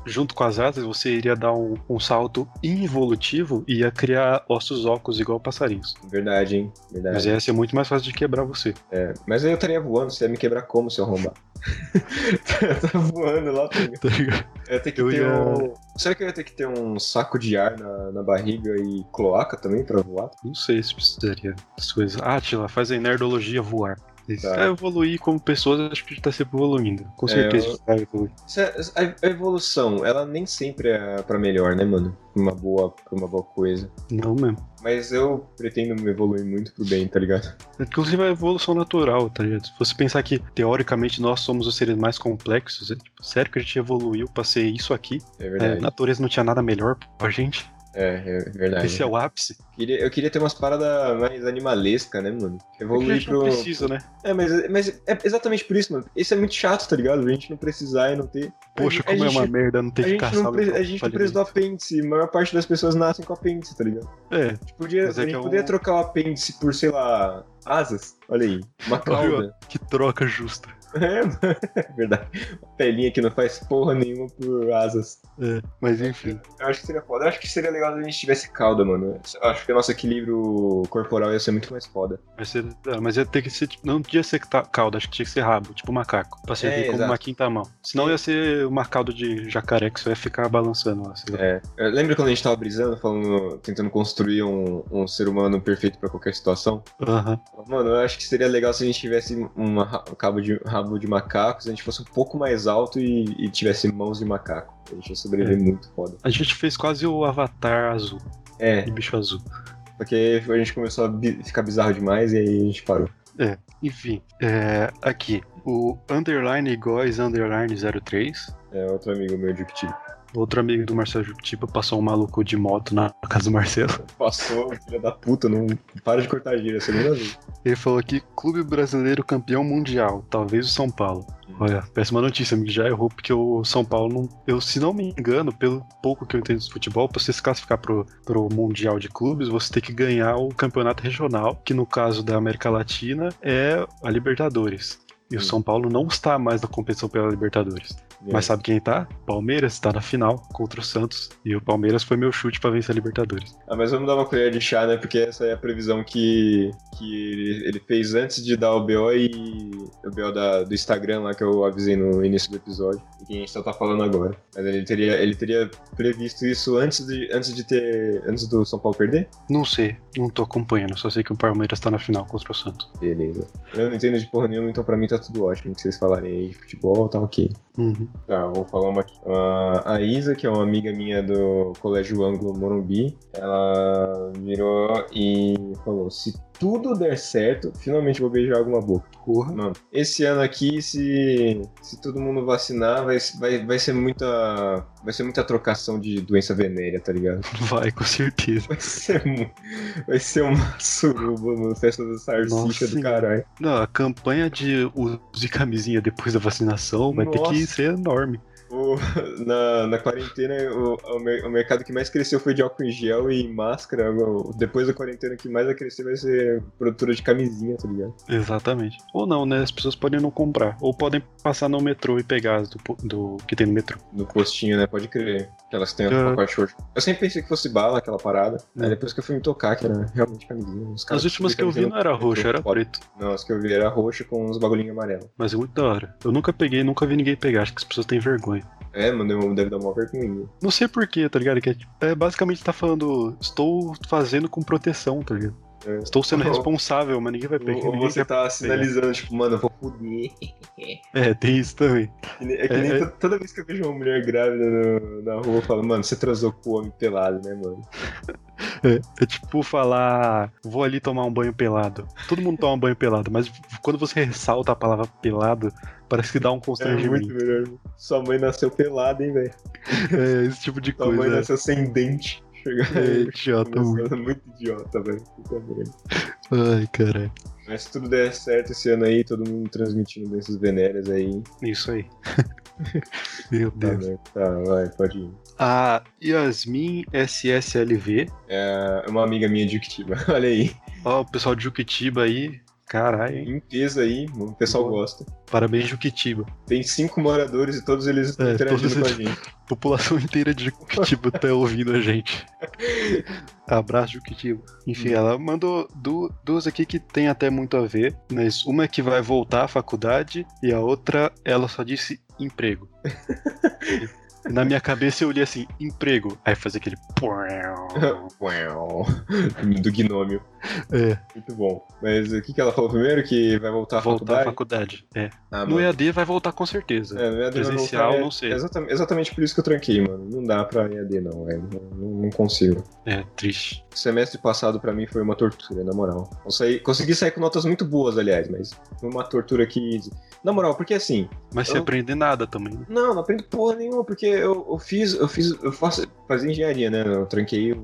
Speaker 1: junto com as asas você iria dar um, um salto involutivo e ia criar ossos óculos igual passarinhos.
Speaker 2: Verdade, hein? Verdade.
Speaker 1: Mas é- ia ser muito mais fácil de quebrar você.
Speaker 2: É, mas aí eu estaria voando, você ia me quebrar como se eu arrombar? tá voando lá, tá ligado?
Speaker 1: Tá ligado?
Speaker 2: Eu ia ter que
Speaker 1: Eu
Speaker 2: ter
Speaker 1: ia-
Speaker 2: um. Será que eu ia ter que ter um saco de ar na, na barriga e cloaca também pra voar?
Speaker 1: Não sei se precisaria das coisas. Atila, faz a nerdologia voar. Isso.
Speaker 2: Tá.
Speaker 1: É, evoluir como pessoas, eu acho que a gente tá sempre evoluindo. Com
Speaker 2: É,
Speaker 1: certeza
Speaker 2: eu-
Speaker 1: a gente vai evoluir.
Speaker 2: Se a- A a evolução, ela nem sempre é pra melhor, né, mano? Uma boa, uma boa coisa.
Speaker 1: Não mesmo.
Speaker 2: Mas eu pretendo me evoluir muito pro bem, tá ligado?
Speaker 1: Inclusive a evolução natural, tá ligado? Se você pensar que, teoricamente, nós somos os seres mais complexos, é, tipo, sério que a gente evoluiu pra ser isso aqui?
Speaker 2: É
Speaker 1: É, a
Speaker 2: verdade.
Speaker 1: natureza não tinha nada melhor pra gente?
Speaker 2: É, é verdade.
Speaker 1: Esse é o ápice.
Speaker 2: Queria- eu queria ter umas paradas mais animalescas, né, mano?
Speaker 1: É que a
Speaker 2: Evoluir
Speaker 1: gente não
Speaker 2: pro.
Speaker 1: precisa, né?
Speaker 2: É, mas, mas é exatamente por isso, mano. Isso é muito chato, tá ligado? A gente não precisar e não ter.
Speaker 1: Poxa,
Speaker 2: a
Speaker 1: como é
Speaker 2: gente-
Speaker 1: uma merda não ter
Speaker 2: A
Speaker 1: que
Speaker 2: gente,
Speaker 1: caçar
Speaker 2: não,
Speaker 1: o
Speaker 2: pre- a gente não precisa do apêndice. A maior parte das pessoas nascem com apêndice, tá ligado?
Speaker 1: É,
Speaker 2: A gente podia,
Speaker 1: Mas é
Speaker 2: a gente
Speaker 1: que é um-
Speaker 2: poderia trocar o apêndice por, sei lá, asas. Olha aí, uma cauda.
Speaker 1: que troca justa.
Speaker 2: É, mano, é verdade. Uma pelinha que não faz porra nenhuma por asas.
Speaker 1: É, mas enfim.
Speaker 2: Eu acho que seria foda. Eu acho que seria legal se a gente tivesse cauda, mano. Eu acho que o nosso equilíbrio corporal ia ser muito mais foda.
Speaker 1: Vai ser- ah, mas ia ter que ser. tipo, Não podia ser ta- cauda, acho que tinha que ser rabo, tipo macaco. Pra servir
Speaker 2: É,
Speaker 1: como
Speaker 2: exato.
Speaker 1: uma quinta mão. Senão ia ser uma cauda de jacaré que só ia ficar balançando lá. sei lá.
Speaker 2: É. Eu- Lembra quando a gente tava brisando, falando, tentando construir um, um ser humano perfeito pra qualquer situação?
Speaker 1: Aham.
Speaker 2: Mano, eu acho que seria legal se a gente tivesse uma ra- um cabo de, rabo de macaco, se a gente fosse um pouco mais alto e, e tivesse mãos de macaco. A gente ia sobreviver muito foda.
Speaker 1: A gente fez quase o avatar azul,
Speaker 2: É,
Speaker 1: de bicho azul.
Speaker 2: porque a gente começou a bi- ficar bizarro demais e aí a gente parou.
Speaker 1: Enfim, é, aqui. O underline góis underline 03.
Speaker 2: É outro amigo meu de Piti.
Speaker 1: Outro amigo do Marcelo Jupitiba passou um maluco de moto na casa do Marcelo.
Speaker 2: Passou, filha da puta, não para de cortar gíria, é segunda vez.
Speaker 1: Ele falou aqui: Clube Brasileiro Campeão Mundial, talvez o São Paulo. Olha, péssima notícia, amigo. Já errou, porque o São Paulo, não- eu, se não me engano, pelo pouco que eu entendo de futebol, pra você se classificar pro, pro Mundial de Clubes, você tem que ganhar o campeonato regional, que no caso da América Latina é a Libertadores. E o
Speaker 2: Hum.
Speaker 1: São Paulo não está mais na competição pela Libertadores. Mas sabe quem tá? Palmeiras está na final contra o Santos. E o Palmeiras foi meu chute pra vencer a Libertadores.
Speaker 2: Ah, mas vamos dar uma colher de chá, né? Porque essa é a previsão que, que ele, ele fez antes de dar o BO e o BO da- do Instagram lá que eu avisei no início do episódio e que a gente só tá falando agora. Mas ele teria, ele teria previsto isso antes de, antes de ter. antes do São Paulo perder?
Speaker 1: Não sei, não tô acompanhando, só sei que o Palmeiras tá na final contra o Santos.
Speaker 2: Beleza. Eu não entendo de porra nenhuma, então pra mim tá tudo ótimo. O que vocês falarem aí de futebol tá ok.
Speaker 1: Uhum.
Speaker 2: Tá, eu vou falar uma aqui. Ah, a Isa, que é uma amiga minha do Colégio Anglo Morumbi, ela virou e falou: se tudo der certo, finalmente vou beijar alguma boca.
Speaker 3: Porra.
Speaker 2: Mano, esse ano aqui, se, se todo mundo vacinar, vai, vai, vai ser muita. Vai ser muita trocação de doença venérea, tá ligado?
Speaker 1: Vai, com certeza.
Speaker 2: Vai ser, mu- vai ser uma suruba, mano. Festa da
Speaker 1: Nossa
Speaker 2: sarsicha do
Speaker 1: Senhora.
Speaker 2: caralho.
Speaker 1: Não, a campanha de use camisinha depois da vacinação vai ter que
Speaker 2: Nossa.
Speaker 1: ser enorme.
Speaker 2: O- na, na quarentena, o, o mer- o mercado que mais cresceu foi de álcool em gel e máscara. O- Depois da quarentena, o que mais vai crescer vai ser produtora de camisinha, tá ligado?
Speaker 1: Exatamente. Ou não, né? As pessoas podem não comprar. Ou podem passar no metrô e pegar as do, po- do que tem no metrô.
Speaker 2: No postinho, né? Pode crer. Que elas têm
Speaker 1: É.
Speaker 2: um pacote roxo. Eu sempre pensei que fosse bala aquela parada.
Speaker 1: É.
Speaker 2: Aí depois que eu fui me tocar, que era realmente camisinha. Os caras
Speaker 1: As últimas que eu
Speaker 2: tinham
Speaker 1: vi não era
Speaker 2: camisinha no-
Speaker 1: roxo, era
Speaker 2: Foda.
Speaker 1: preto.
Speaker 2: Não, as que eu vi era roxo com uns bagulhinhos amarelos.
Speaker 1: Mas é muito da hora. Eu nunca peguei, nunca vi ninguém pegar. Acho que as pessoas têm vergonha.
Speaker 2: É, mano, deve dar uma vergonha.
Speaker 1: Não sei porquê, tá ligado? Que é, tipo, é, basicamente tá falando, estou fazendo com proteção, tá ligado?
Speaker 2: É.
Speaker 1: Estou sendo
Speaker 2: Ou-
Speaker 1: responsável, mas ninguém vai pegar.
Speaker 2: Ou
Speaker 1: ninguém
Speaker 2: você tá sinalizando, tipo, mano, eu vou fuder.
Speaker 1: É, tem isso também.
Speaker 2: Que nem- É que
Speaker 1: É,
Speaker 2: nem
Speaker 1: é.
Speaker 2: to- toda vez que eu vejo uma mulher grávida no- na rua, eu falo, mano, você transou com o homem pelado, né, mano?
Speaker 1: É, é tipo falar, vou ali tomar um banho pelado. Todo mundo toma um banho pelado, mas quando você ressalta a palavra pelado, parece que dá um
Speaker 2: É muito
Speaker 1: constrangimento.
Speaker 2: melhor. Sua mãe nasceu pelada, hein, velho?
Speaker 1: É, esse tipo de
Speaker 2: Sua mãe
Speaker 1: coisa.
Speaker 2: nasceu sem dente. Chega
Speaker 1: É idiota muito.
Speaker 2: Começando, muito idiota, velho. Puta merda.
Speaker 1: Ai, caralho.
Speaker 2: Mas se tudo der certo esse ano aí, todo mundo transmitindo doenças venéreas aí.
Speaker 1: Isso aí. Meu
Speaker 2: Tá,
Speaker 1: Deus.
Speaker 2: né? tá, vai, pode ir.
Speaker 1: A Yasmin SSLV.
Speaker 2: É uma amiga minha de Uctiba, olha aí.
Speaker 1: Ó, o pessoal de Juquitiba aí. Caralho, hein?
Speaker 2: Em peso aí, o pessoal
Speaker 1: Boa.
Speaker 2: gosta.
Speaker 1: Parabéns, Juquitiba.
Speaker 2: Tem cinco moradores e todos eles
Speaker 1: É,
Speaker 2: interagindo
Speaker 1: todos
Speaker 2: com a
Speaker 1: eles-
Speaker 2: gente.
Speaker 1: População inteira de Juquitiba tá ouvindo a gente. Abraço, Juquitiba.
Speaker 2: Hum.
Speaker 1: Enfim, ela mandou du- duas aqui que tem até muito a ver, mas uma é que vai voltar à faculdade e a outra, ela só disse emprego. Na minha cabeça eu olhei assim, emprego. Aí fazia aquele.
Speaker 2: Uau. Do gnômio.
Speaker 1: É,
Speaker 2: Muito bom. Mas o que, que ela falou primeiro? Que vai voltar à
Speaker 1: voltar à
Speaker 2: faculdade?
Speaker 1: faculdade. É.
Speaker 2: Ah,
Speaker 1: No
Speaker 2: mano.
Speaker 1: EAD vai voltar com certeza.
Speaker 2: É, no EAD vai
Speaker 1: presencial,
Speaker 2: voltar, é-
Speaker 1: não sei.
Speaker 2: é Exatamente, exatamente por isso que eu tranquei, mano. Não dá pra EAD, não, velho. Não, não consigo.
Speaker 1: É, triste.
Speaker 2: O semestre passado pra mim foi uma tortura, na moral. Eu saí- consegui sair com notas muito boas, aliás, mas foi uma tortura que. Na moral, porque assim,
Speaker 1: Mas você
Speaker 2: Eu-
Speaker 1: aprende nada também, né?
Speaker 2: Não, não aprendo porra nenhuma, porque eu, eu fiz, eu fiz, eu faço, fazia engenharia, né? Eu tranquei, eu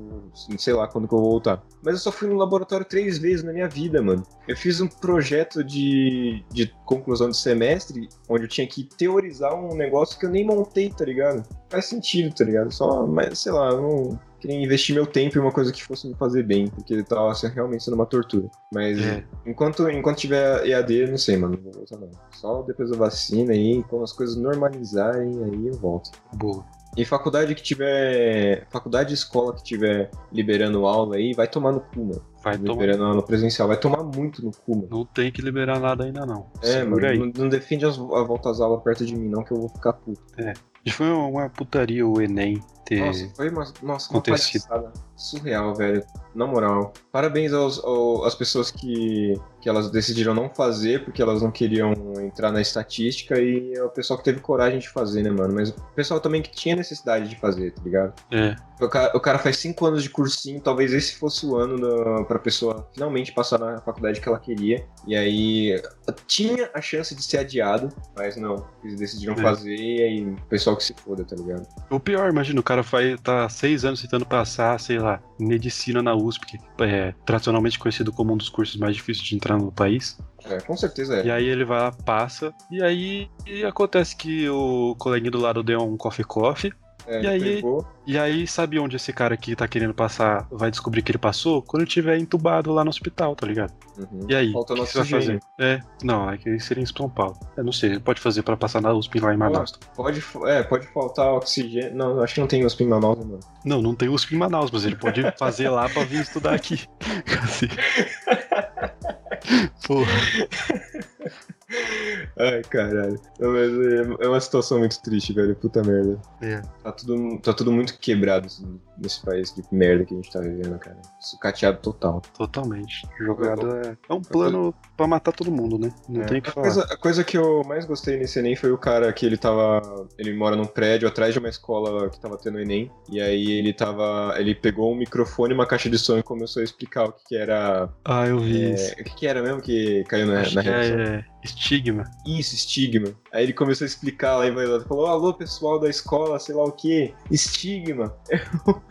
Speaker 2: não sei lá quando que eu vou voltar. Mas eu só fui no laboratório três vezes na minha vida, mano. Eu fiz um projeto de, de conclusão de semestre, onde eu tinha que teorizar um negócio que eu nem montei, tá ligado? Faz sentido, tá ligado? Só, mas sei lá, eu não queria investir meu tempo em uma coisa que fosse me fazer bem, porque tava assim, realmente sendo uma tortura. Mas
Speaker 1: É.
Speaker 2: Enquanto, enquanto tiver EAD, eu não sei, mano. Não vou voltar, não. Só depois da vacina aí, quando as coisas normalizarem, aí eu volto.
Speaker 1: Boa.
Speaker 2: E faculdade que tiver. Faculdade e escola que tiver liberando aula aí, vai tomar no cu, mano.
Speaker 1: Vai tomar.
Speaker 2: liberando aula presencial, vai tomar muito no cu, mano.
Speaker 1: Não tem que liberar nada ainda, não.
Speaker 2: É,
Speaker 1: Segura aí.
Speaker 2: mano. Não, não defende as, a volta às aulas perto de mim, não, que eu vou ficar puto.
Speaker 1: E Foi uma putaria o Enem ter.
Speaker 2: Nossa, foi uma, nossa, uma
Speaker 1: acontecido.
Speaker 2: palhaçada surreal, velho. Na moral. Parabéns aos, ao- às pessoas que, que elas decidiram não fazer porque elas não queriam entrar na estatística e ao pessoal que teve coragem de fazer, né, mano? Mas o pessoal também que tinha necessidade de fazer, tá ligado?
Speaker 1: É,
Speaker 2: O cara, o cara faz cinco anos de cursinho, talvez esse fosse o ano da, pra pessoa finalmente passar na faculdade que ela queria. E aí tinha a chance de ser adiado, mas não. Eles decidiram
Speaker 1: É.
Speaker 2: fazer e aí o pessoal que se foda, tá ligado?
Speaker 1: O pior, imagina, o cara vai tá seis anos tentando passar, sei lá, medicina na USP, que é tradicionalmente conhecido como um dos cursos mais difíceis de entrar no país.
Speaker 2: É, com certeza é.
Speaker 1: E aí ele vai lá, passa, e aí e acontece que o coleguinha do lado deu um coffee-coffee,
Speaker 2: É,
Speaker 1: E aí-
Speaker 2: pegou.
Speaker 1: e aí sabe onde esse cara que tá querendo passar vai descobrir que ele passou? Quando ele tiver entubado lá no hospital, tá ligado?
Speaker 2: Uhum.
Speaker 1: E aí, o
Speaker 2: Falta
Speaker 1: que, que você
Speaker 2: nosso
Speaker 1: vai fazer?
Speaker 2: gênio.
Speaker 1: É, não, é que seria em São Paulo. Eu não sei, pode fazer pra passar na USP lá em Manaus.
Speaker 2: Pode, fa- é, pode faltar oxigênio. Não, acho que não tem USP em Manaus, mano.
Speaker 1: Não, não tem USP em Manaus, mas ele pode fazer lá pra vir estudar aqui. Assim. Porra,
Speaker 2: Ai, caralho. Não, mas é, é uma situação muito triste, velho. Puta merda.
Speaker 1: É.
Speaker 2: Tá tudo, tá tudo muito quebrado. assim. nesse país de merda que a gente tá vivendo, cara. Sucateado total.
Speaker 1: Totalmente. Jogada é, é um plano pra matar todo mundo, né? Não
Speaker 2: É.
Speaker 1: tem o que
Speaker 2: a,
Speaker 1: falar.
Speaker 2: coisa, a coisa que eu mais gostei nesse Enem foi o cara que ele tava. Ele mora num prédio atrás de uma escola que tava tendo Enem. E aí ele tava. Ele pegou um microfone e uma caixa de som e começou a explicar o que, que era.
Speaker 1: Ah, eu vi isso.
Speaker 2: é, né, o que, que era mesmo que caiu na,
Speaker 1: Acho
Speaker 2: na
Speaker 1: que
Speaker 2: redação?
Speaker 1: é, é estigma.
Speaker 2: Isso, estigma. Aí ele começou a explicar lá em voz alta, falou: Alô, pessoal da escola, sei lá o que, estigma.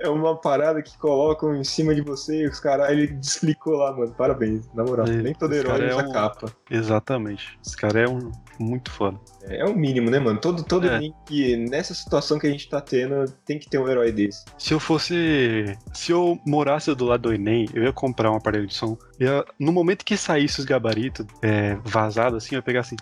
Speaker 2: É, um- é uma parada que colocam em cima de você e os caras. Ele explicou lá, mano. Parabéns, na moral.
Speaker 1: É,
Speaker 2: Nem todo
Speaker 1: esse
Speaker 2: herói
Speaker 1: cara é
Speaker 2: usa
Speaker 1: um-
Speaker 2: capa.
Speaker 1: Exatamente. Esse cara é um muito foda.
Speaker 2: É é o mínimo, né, mano? Todo, todo
Speaker 1: É.
Speaker 2: Enem que, nessa situação que a gente tá tendo, tem que ter um herói desse.
Speaker 1: Se eu fosse. Se eu morasse do lado do Enem, eu ia comprar um aparelho de som. Ia, no momento que saísse os gabaritos é, vazados, assim, eu ia pegar assim.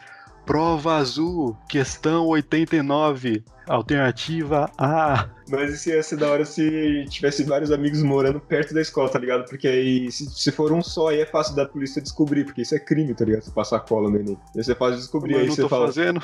Speaker 1: Prova azul, questão 89, alternativa A.
Speaker 2: Mas isso ia ser é da hora se tivesse vários amigos morando perto da escola, tá ligado? Porque aí, se, se for um só, aí é fácil da polícia descobrir, porque isso é crime, tá ligado? Você passar cola no Enem. Aí você faz descobrir,
Speaker 1: Mas eu
Speaker 2: aí
Speaker 1: não
Speaker 2: você
Speaker 1: tô
Speaker 2: fala...
Speaker 1: fazendo.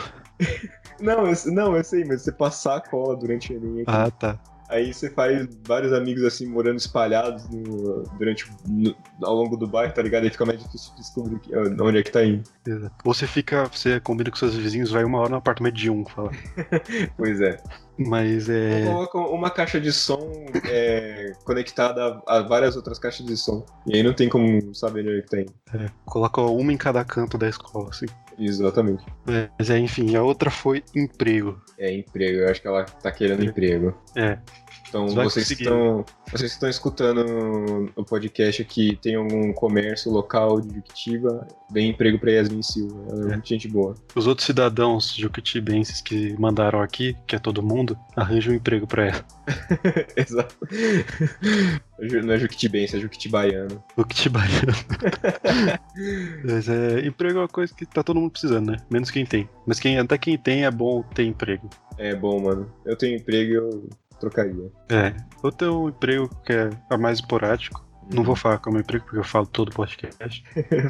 Speaker 2: Não, eu, sei- não, eu sei, mas você passar a cola durante o Enem, aqui,
Speaker 1: Ah, tá.
Speaker 2: aí você faz vários amigos, assim, morando espalhados no- durante, no- ao longo do bairro, tá ligado? Aí fica mais difícil de descobrir que- onde é que tá indo.
Speaker 1: Beleza. Ou Você fica. Você combina com seus vizinhos, vai uma hora no apartamento de um, fala.
Speaker 2: Pois é.
Speaker 1: Mas
Speaker 2: Ou
Speaker 1: é.
Speaker 2: colocam uma caixa de som é, conectada a várias outras caixas de som. E aí não tem como saber onde é que tem.
Speaker 1: é coloca uma em cada canto da escola, assim.
Speaker 2: Exatamente.
Speaker 1: É, Mas é, enfim, a outra foi emprego.
Speaker 2: É emprego, eu acho que ela tá querendo emprego.
Speaker 1: É.
Speaker 2: Então
Speaker 1: Vai
Speaker 2: vocês que
Speaker 1: conseguir.
Speaker 2: estão. Vocês que estão escutando o podcast aqui, tem algum comércio local de Victiva, deem emprego pra Yasmin Silva. Ela é,
Speaker 1: É.
Speaker 2: muito gente boa.
Speaker 1: Os outros cidadãos jucutibenses que mandaram aqui, que é todo mundo, arranjam um emprego pra ela.
Speaker 2: Exato. Ju- Não é Juquitibense, é Juquitibaiano.
Speaker 1: Jucutibaiano. Mas é, emprego é uma coisa que tá todo mundo precisando, né? Menos quem tem. Mas quem, até quem tem é bom ter emprego.
Speaker 2: É bom, mano. Eu tenho emprego e eu trocaria.
Speaker 1: É. Eu tenho um emprego que é a mais esporádico. Não
Speaker 2: Uhum.
Speaker 1: vou falar que é o meu emprego, porque eu falo todo podcast.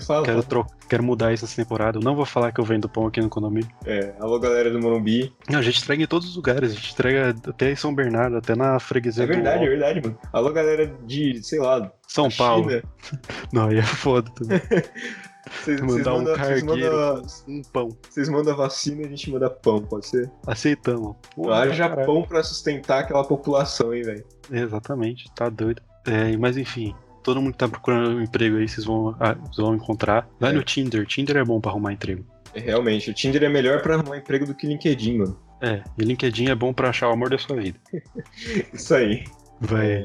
Speaker 2: Fala.
Speaker 1: Quero, tro- quero mudar isso essa temporada. Eu não vou falar que eu vendo pão aqui no condomínio.
Speaker 2: É, alô, galera do Morumbi.
Speaker 1: Não, a gente entrega em todos os lugares. A gente entrega até em São Bernardo, até na freguesia
Speaker 2: É verdade,
Speaker 1: do
Speaker 2: é verdade, mano. Alô, galera de, sei lá,
Speaker 1: São
Speaker 2: da
Speaker 1: Paulo.
Speaker 2: China.
Speaker 1: Não, aí é foda também.
Speaker 2: Vocês, vocês
Speaker 1: Mandar um
Speaker 2: mandam, vocês,
Speaker 1: cargueiro
Speaker 2: mandam,
Speaker 1: um pão.
Speaker 2: vocês mandam vacina e a gente manda pão, pode ser?
Speaker 1: Aceitamos. Pô,
Speaker 2: Haja
Speaker 1: caralho.
Speaker 2: pão pra sustentar aquela população, hein, velho.
Speaker 1: Exatamente, tá doido. É, mas enfim, todo mundo que tá procurando um emprego aí, vocês vão, ah, vocês vão encontrar. Vai
Speaker 2: É.
Speaker 1: no Tinder. Tinder é bom pra arrumar emprego.
Speaker 2: É, Realmente, o Tinder é melhor pra arrumar emprego do que LinkedIn, mano.
Speaker 1: É, e LinkedIn é bom pra achar o amor da sua vida.
Speaker 2: É Isso aí.
Speaker 1: Vai.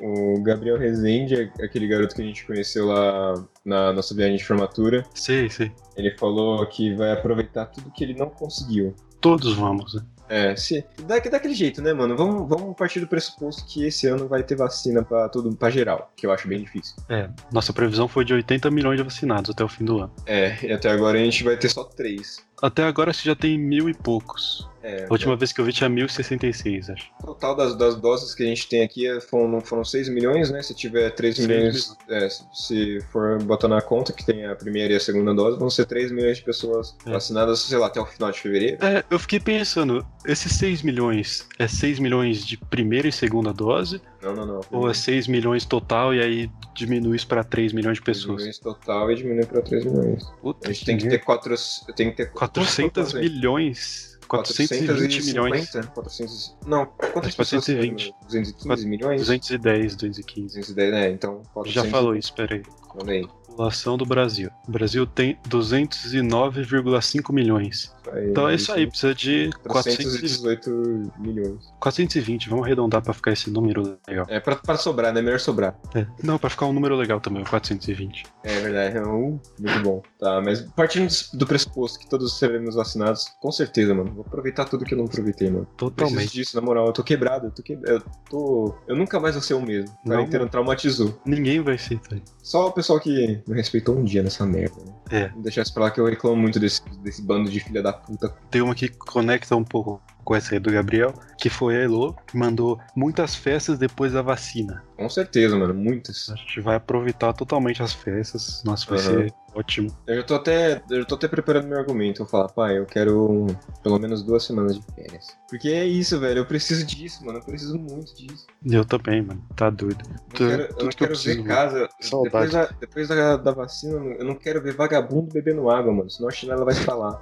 Speaker 2: O Gabriel Rezende, é aquele garoto que a gente conheceu lá na nossa viagem de formatura,
Speaker 1: Sei, sei.
Speaker 2: ele falou que vai aproveitar tudo que ele não conseguiu.
Speaker 1: Todos vamos, né?
Speaker 2: É, se, da, daquele jeito, né, mano? Vamos, vamos partir do pressuposto que esse ano vai ter vacina pra todo para geral, que eu acho bem difícil.
Speaker 1: É, nossa previsão foi de 80 milhões de vacinados até o fim do ano.
Speaker 2: É, e até agora a gente vai ter só três.
Speaker 1: Até agora você já tem mil e poucos.
Speaker 2: É,
Speaker 1: A última vez que eu vi tinha 1066, acho.
Speaker 2: O total das, das doses que a gente tem aqui é- foram, foram 6 milhões, né? Se tiver 3
Speaker 1: Seis
Speaker 2: milhões, é, se for botar na conta que tem a primeira e a segunda dose, vão ser 3 milhões de pessoas
Speaker 1: É.
Speaker 2: vacinadas, sei lá, até o final de fevereiro.
Speaker 1: É, eu fiquei pensando, esses 6 milhões é 6 milhões de primeira e segunda dose?
Speaker 2: Não, não, não.
Speaker 1: Ou é 6 milhões total e aí diminui isso pra 3 milhões de pessoas?
Speaker 2: Milhões total e diminui para 3 milhões.
Speaker 1: Puta,
Speaker 2: A gente tem que ter 4. Tem que ter
Speaker 1: 400 milhões. 420 milhões.
Speaker 2: 400, não, quantas
Speaker 1: Acho que
Speaker 2: pessoas?
Speaker 1: 420.
Speaker 2: 215 milhões?
Speaker 1: 210, 215.
Speaker 2: 210, né? Então, 400.
Speaker 1: Já falou isso, peraí.
Speaker 2: Manda aí.
Speaker 1: População do Brasil. O Brasil tem 209,5 milhões. Então é isso aí, precisa de 400,
Speaker 2: 418 milhões.
Speaker 1: 420. Vamos arredondar pra ficar esse número legal.
Speaker 2: É, pra, pra sobrar, né? Melhor sobrar.
Speaker 1: É. Não, pra ficar um número legal também, o 420.
Speaker 2: É verdade. é um- muito bom. Tá, mas partindo do pressuposto que todos seremos vacinados, com certeza, mano. Vou aproveitar tudo que eu não aproveitei, mano. Preciso
Speaker 1: Totalmente.
Speaker 2: disso, na moral. Eu tô quebrado, eu tô quebrado. Eu tô. Eu nunca mais vou ser o mesmo.
Speaker 1: Não.
Speaker 2: Tá inteiro traumatizou.
Speaker 1: Ninguém vai ser, tá?
Speaker 2: Só o pessoal que me respeitou um dia nessa merda, né?
Speaker 1: É.
Speaker 2: Não deixasse pra lá que eu reclamo muito desse, desse bando de filha da puta.
Speaker 1: Tem uma que conecta um pouco com essa aí do Gabriel, que foi a Elo, que mandou muitas festas depois da vacina.
Speaker 2: Com certeza, mano, muitas.
Speaker 1: A gente vai aproveitar totalmente as festas. Nossa, vai
Speaker 2: Aham.
Speaker 1: ser ótimo.
Speaker 2: Eu tô até, eu tô até preparando meu argumento. Eu vou falar, pai, eu quero um, pelo menos duas semanas de férias. Porque é isso, velho. Eu preciso disso, mano. Eu preciso muito disso.
Speaker 1: E eu também, mano. Tá doido.
Speaker 2: Eu
Speaker 1: Tu-
Speaker 2: não quero, eu
Speaker 1: tudo
Speaker 2: não
Speaker 1: que eu
Speaker 2: quero
Speaker 1: preciso,
Speaker 2: ver
Speaker 1: mano.
Speaker 2: casa.
Speaker 1: Saudade.
Speaker 2: Depois, da, depois da, da vacina, eu não quero ver vagabundo bebendo água, mano. Senão a chinela vai se falar.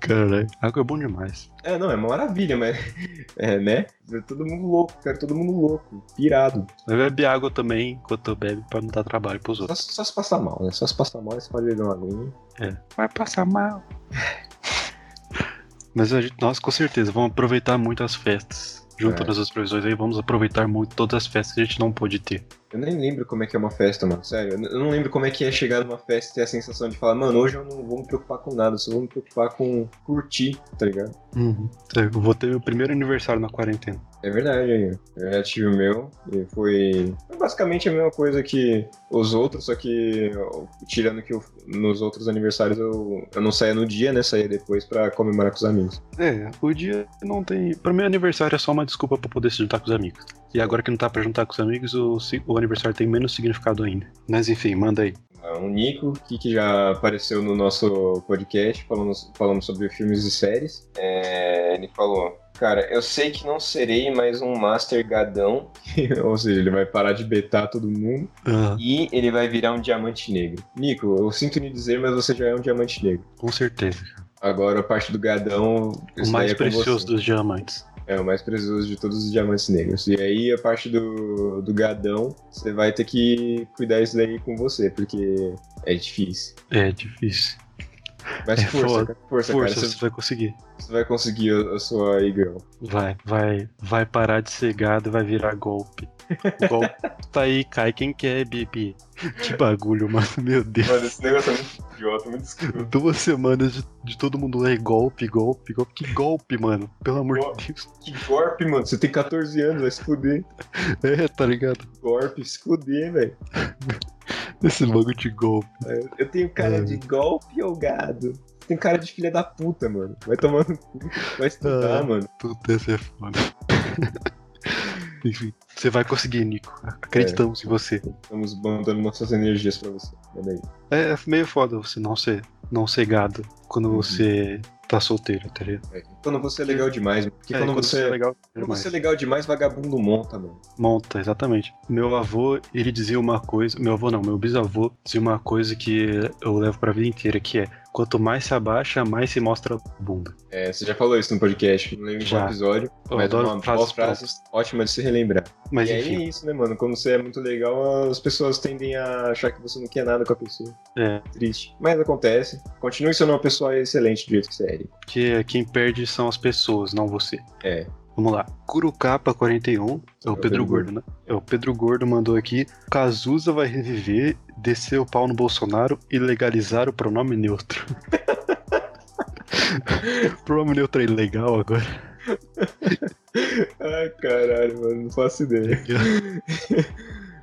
Speaker 1: Caralho. Água é bom demais.
Speaker 2: É, não, é uma maravilha, mas. É, né? É Todo mundo louco, cara. Todo mundo louco. Pirado.
Speaker 1: Eu bebe água também enquanto eu bebo pra não dar trabalho pros
Speaker 2: Só,
Speaker 1: outros.
Speaker 2: só se passar mal, né? Só se passar mal, aí você pode beber uma aguinha.
Speaker 1: Vai passar mal. Mas a gente, nós com certeza vamos aproveitar muito as festas. Juntando
Speaker 2: É.
Speaker 1: as previsões aí, vamos aproveitar muito todas as festas que a gente não pôde ter.
Speaker 2: Eu nem lembro como é que é uma festa, mano. Sério, eu n- eu não lembro como é que é chegar numa festa e ter a sensação de falar, mano, hoje eu não vou me preocupar com nada, eu só vou me preocupar com curtir, tá ligado?
Speaker 1: É, Eu vou ter meu primeiro aniversário na quarentena.
Speaker 2: É verdade, aí. Eu já tive o meu e foi foi basicamente a mesma coisa que os outros, só que eu- tirando que eu- nos outros aniversários eu, eu não saía no dia, né? Saía depois pra comemorar com os amigos.
Speaker 1: É, o dia não tem. Pra mim, aniversário é só uma desculpa pra poder se juntar com os amigos. E agora que não tá pra juntar com os amigos, o, si- o aniversário tem menos significado ainda. Mas enfim, manda aí.
Speaker 2: O Nico, que, que já apareceu no nosso podcast, falamos, falamos sobre filmes e séries. É, ele falou: Cara, eu sei que não serei mais um Master Gadão, ou seja, ele vai parar de betar todo mundo,
Speaker 1: Ah,
Speaker 2: e ele vai virar um Diamante Negro. Nico, eu sinto lhe dizer, mas você já é um Diamante Negro.
Speaker 1: com certeza.
Speaker 2: Agora a parte do Gadão.
Speaker 1: o
Speaker 2: isso daí
Speaker 1: mais
Speaker 2: é com
Speaker 1: precioso
Speaker 2: você.
Speaker 1: dos diamantes.
Speaker 2: É, o mais precioso de todos os diamantes negros. E aí, a parte do, do gadão, você vai ter que cuidar isso daí com você, porque é difícil.
Speaker 1: É difícil.
Speaker 2: Mas
Speaker 1: É
Speaker 2: força,
Speaker 1: foda.
Speaker 2: cara, força,
Speaker 1: Força,
Speaker 2: cara.
Speaker 1: você
Speaker 2: Você,
Speaker 1: vai conseguir.
Speaker 2: você vai conseguir a, a sua e-girl.
Speaker 1: Vai, vai, vai parar de ser gado e vai virar golpe. Golpe tá aí, cai quem quer, bebê. Que bagulho, mano. Meu Deus.
Speaker 2: Mano, esse negócio é muito idiota, muito escuro.
Speaker 1: Duas semanas de, de todo mundo ler golpe, golpe, golpe. Que golpe, mano. Pelo amor de Deus.
Speaker 2: Que golpe, mano. Você tem 14 anos, vai se fuder.
Speaker 1: É, tá ligado?
Speaker 2: Golpe, se fuder, velho.
Speaker 1: Esse bagulho de golpe.
Speaker 2: Eu tenho cara
Speaker 1: É.
Speaker 2: de golpe ou gado? Você Tem cara de filha da puta, mano. Vai tomar no cu. Vai
Speaker 1: É.
Speaker 2: estudar, mano.
Speaker 1: Puta, essa é foda. Enfim, você vai conseguir, Nico.
Speaker 2: É.
Speaker 1: Acreditamos em você.
Speaker 2: Estamos mandando nossas energias pra você. Manda aí.
Speaker 1: É, é meio foda você não ser, não ser gado quando
Speaker 2: Uhum.
Speaker 1: você tá solteiro, tá ligado?
Speaker 2: Quando você é legal demais, mano. Porque
Speaker 1: É,
Speaker 2: quando, você,
Speaker 1: é legal,
Speaker 2: quando
Speaker 1: demais.
Speaker 2: você é legal demais, vagabundo monta, mano.
Speaker 1: Monta, exatamente. Meu avô, ele dizia uma coisa. Meu avô não, meu bisavô dizia uma coisa que eu levo pra vida inteira, que é quanto mais se abaixa, mais se mostra a bunda.
Speaker 2: É, você já falou isso no podcast, não lembro de qual
Speaker 1: Já.
Speaker 2: episódio.
Speaker 1: Eu
Speaker 2: mas é
Speaker 1: adoro
Speaker 2: uma
Speaker 1: frases
Speaker 2: boa frase
Speaker 1: prontas.
Speaker 2: ótima de se relembrar.
Speaker 1: Mas
Speaker 2: e aí
Speaker 1: enfim,
Speaker 2: é isso, né, mano? Quando você é muito legal, as pessoas tendem a achar que você não quer nada com a pessoa.
Speaker 1: é.
Speaker 2: Triste. Mas acontece. Continue sendo uma pessoa excelente do jeito que você é. Nico.
Speaker 1: Porque quem perde são as pessoas, não você.
Speaker 2: É.
Speaker 1: Vamos lá. Curucapa 41. É o Pedro, Gordo, né? É o Pedro Gordo mandou aqui. Cazuza vai reviver, descer o pau no Bolsonaro e legalizar o pronome neutro. pronome neutro é ilegal agora.
Speaker 2: Ai, caralho, mano. Não faço ideia.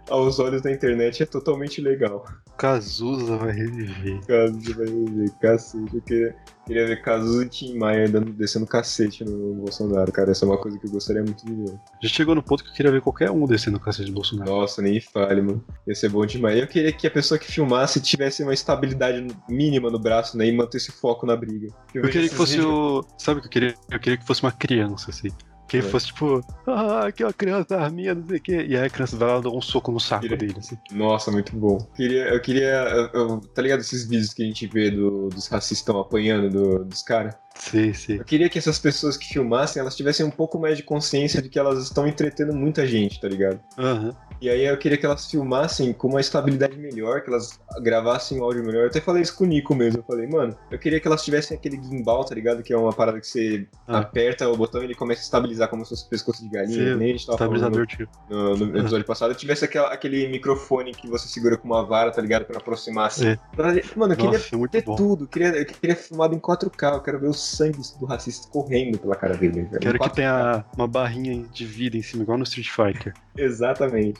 Speaker 2: Aos olhos da internet é totalmente legal.
Speaker 1: Cazuza vai reviver.
Speaker 2: Caso vai ver, cacete. Eu queria, queria ver Cazuza e Tim Maia dando, descendo cacete no Bolsonaro, cara. Essa é uma coisa que eu gostaria muito de ver.
Speaker 1: Já chegou no ponto que eu queria ver qualquer um descendo o cacete do Bolsonaro.
Speaker 2: Nossa, nem fale, mano. Ia ser bom demais. Eu queria que a pessoa que filmasse tivesse uma estabilidade mínima no braço, né? E mantesse o foco na briga.
Speaker 1: Eu queria que fosse o. Sabe o que eu queria? Eu queria que fosse uma criança, assim. Que ele
Speaker 2: É.
Speaker 1: fosse tipo, ah, aqui é uma criança arminha, não sei o quê. E aí a criança vai lá e dá um soco no saco
Speaker 2: Queria-
Speaker 1: dele, assim.
Speaker 2: Nossa, muito bom. Queria, eu queria. eu- eu- tá ligado esses vídeos que a gente vê do- dos racistas apanhando do- dos caras?
Speaker 1: Sei, sei.
Speaker 2: Eu queria que essas pessoas que filmassem elas tivessem um pouco mais de consciência de que elas estão entretendo muita gente, tá ligado?
Speaker 1: Aham.
Speaker 2: E aí eu queria que elas filmassem com uma estabilidade melhor, que elas gravassem o áudio melhor. Eu até falei isso com o Nico mesmo. Eu falei, mano, eu queria que elas tivessem aquele gimbal, tá ligado? Que é uma parada que você
Speaker 1: Ah.
Speaker 2: aperta o botão e ele começa a estabilizar como se fosse pescoço de galinha.
Speaker 1: Sim,
Speaker 2: que nem a gente tava
Speaker 1: Estabilizador, tipo.
Speaker 2: falando no, no episódio passado. Eu tivesse aquela- aquele microfone que você segura com uma vara, tá ligado? Pra aproximar assim.
Speaker 1: É.
Speaker 2: Pra- Mano, eu queria
Speaker 1: Nossa, é muito
Speaker 2: ter
Speaker 1: bom.
Speaker 2: tudo. Eu queria, eu queria filmado em 4K. Eu quero ver o sangue do racista correndo pela cara dele. velho. Em
Speaker 1: Quero que
Speaker 2: 4K.
Speaker 1: tenha uma barrinha de vida em cima, igual no Street Fighter.
Speaker 2: Exatamente.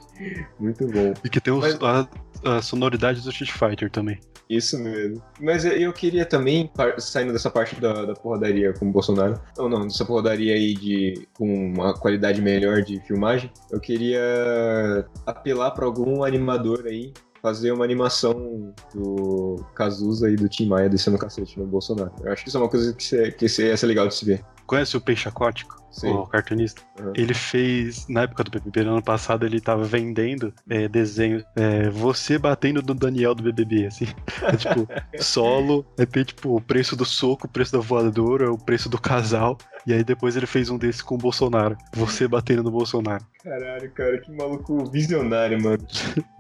Speaker 2: Muito bom.
Speaker 1: E que tenha os-
Speaker 2: Mas-
Speaker 1: a- a sonoridade do Street Fighter também.
Speaker 2: Isso mesmo. Mas eu- eu queria também, par- saindo dessa parte da, da porradaria com o Bolsonaro, ou não, dessa porradaria aí de, com uma qualidade melhor de filmagem, eu queria apelar pra algum animador aí fazer uma animação do Cazuza e do Tim Maia descendo o cacete no Bolsonaro. Eu acho que isso é uma coisa que, cê- que cê- ia ser legal de se ver.
Speaker 1: Conhece o Peixe Aquático?
Speaker 2: Sim.
Speaker 1: O cartunista?
Speaker 2: Uhum.
Speaker 1: Ele fez, na época do BBB, no ano passado, ele tava vendendo é, desenho, é, você batendo do Daniel do BBB, assim. É, tipo, solo, aí tem tipo o preço do soco, o preço da voadora, o preço do casal, e aí depois ele fez um desse com o Bolsonaro, você batendo no Bolsonaro.
Speaker 2: Caralho, cara, que maluco visionário, mano.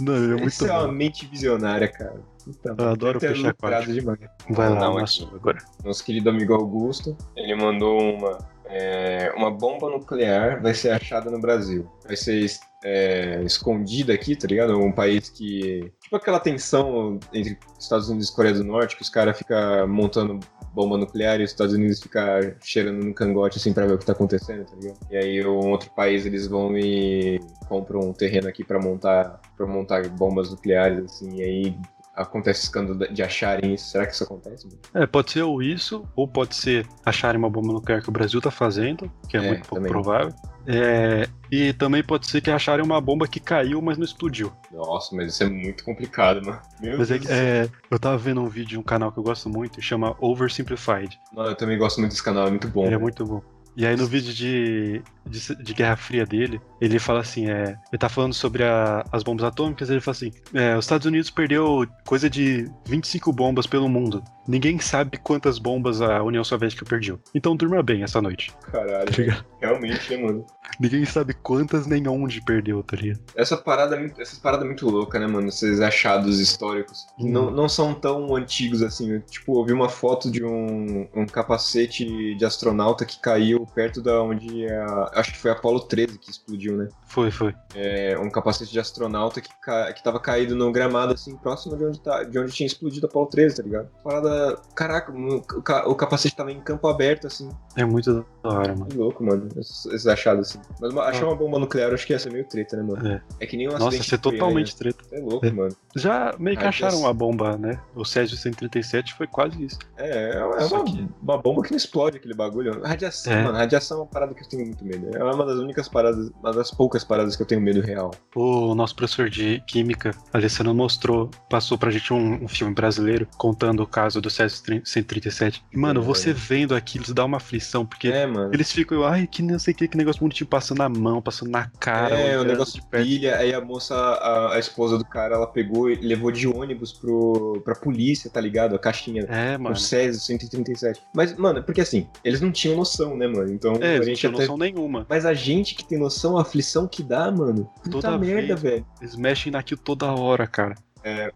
Speaker 1: Não, ele é muito bom.
Speaker 2: Extremamente visionária, cara. Puta,
Speaker 1: Eu adoro
Speaker 2: deve ter
Speaker 1: fechar
Speaker 2: lucrado
Speaker 1: aquático.
Speaker 2: demais.
Speaker 1: Vai lá,
Speaker 2: Não,
Speaker 1: uma
Speaker 2: aqui.
Speaker 1: sua agora.
Speaker 2: nosso querido amigo Augusto, ele mandou uma, é, uma bomba nuclear vai ser achada no Brasil. Vai ser é, escondida aqui, tá ligado? Um país que. Tipo aquela tensão entre Estados Unidos e Coreia do Norte, que os caras ficam montando bomba nuclear e os Estados Unidos ficam cheirando no cangote assim pra ver o que tá acontecendo, tá ligado? E aí um outro país eles vão e compram um terreno aqui pra montar para montar bombas nucleares assim, e aí acontece escândalo de acharem isso. Será que isso acontece? Mano?
Speaker 1: É, pode ser ou isso, ou pode ser acharem uma bomba nuclear que o Brasil tá fazendo, que é,
Speaker 2: É,
Speaker 1: muito pouco
Speaker 2: também.
Speaker 1: provável. É, e também pode ser que acharem uma bomba que caiu, mas não explodiu.
Speaker 2: Nossa, mas isso é muito complicado, mano. Meu
Speaker 1: Mas é,
Speaker 2: Deus
Speaker 1: que,
Speaker 2: do céu.
Speaker 1: é, eu tava vendo um vídeo de um canal que eu gosto muito, chama Oversimplified.
Speaker 2: Mano, eu também gosto muito desse canal, é muito bom.
Speaker 1: Ele é
Speaker 2: velho.
Speaker 1: muito bom. E aí no vídeo de, de, de Guerra Fria dele, ele fala assim, é, ele tá falando sobre a- as bombas atômicas, ele fala assim, é, os Estados Unidos perdeu coisa de 25 bombas pelo mundo. Ninguém sabe quantas bombas a União Soviética perdeu. Então durma bem essa noite.
Speaker 2: Caralho,
Speaker 1: ligado?
Speaker 2: realmente, né, mano?
Speaker 1: Ninguém sabe quantas nem onde perdeu, tá ligado?
Speaker 2: Essa parada, é muito- essas paradas é muito louca, né, mano? Esses achados históricos.
Speaker 1: Uhum.
Speaker 2: que Não, não são tão antigos assim. Eu, Tipo, eu vi uma foto de um, um capacete de astronauta que caiu perto da onde é a. Acho que foi a Apollo 13 que explodiu, né?
Speaker 1: Foi, foi.
Speaker 2: É, um capacete de astronauta que, ca... que tava caído no gramado, assim, próximo de onde, tá... de onde tinha explodido a Apollo 13, tá ligado? Parada. Caraca, um, o, ca- o capacete tava em campo aberto, assim.
Speaker 1: É muito da hora, mano.
Speaker 2: Que louco, mano. Esses esses achados, assim. Mas uma- achar uma bomba nuclear, acho que ia ser meio treta, né, mano?
Speaker 1: É.
Speaker 2: É, que nem um
Speaker 1: Nossa,
Speaker 2: acidente
Speaker 1: isso é
Speaker 2: de trem,
Speaker 1: totalmente treta.
Speaker 2: né? É louco, mano.
Speaker 1: Já meio que
Speaker 2: Ah,
Speaker 1: acharam
Speaker 2: Deus.
Speaker 1: a bomba, né? O Césio 137 foi quase isso.
Speaker 2: É, é uma, é
Speaker 1: Só
Speaker 2: uma- uma bomba que não explode aquele bagulho. Radiação,
Speaker 1: É.
Speaker 2: mano. Radiação é uma parada que eu tenho muito medo. É uma das únicas paradas, uma das poucas paradas que eu tenho medo real.
Speaker 1: O nosso professor de química, Alessandro, mostrou, passou pra gente um, um filme brasileiro contando o caso do Césio 30 137. E, Mano,
Speaker 2: É.
Speaker 1: você vendo aquilo, isso dá uma aflição, porque
Speaker 2: É, mano.
Speaker 1: eles ficam, ai, que não sei o que, que negócio bonitinho passando na mão, passando na cara.
Speaker 2: é, o
Speaker 1: olhando
Speaker 2: negócio de pilha, aí a moça, a, a esposa do cara, ela pegou e levou de ônibus pro, pra polícia, tá ligado? A caixinha.
Speaker 1: É,
Speaker 2: O
Speaker 1: mano.
Speaker 2: Césio 137. Mas, mano, porque assim, eles não tinham noção, né, mano? Então
Speaker 1: É,
Speaker 2: a
Speaker 1: eles não
Speaker 2: gente
Speaker 1: tinham
Speaker 2: até
Speaker 1: noção nenhuma.
Speaker 2: Mas a gente que tem noção, a aflição que dá, mano. Puta
Speaker 1: Toda
Speaker 2: merda,
Speaker 1: vez.
Speaker 2: velho.
Speaker 1: Eles mexem naquilo toda hora, cara.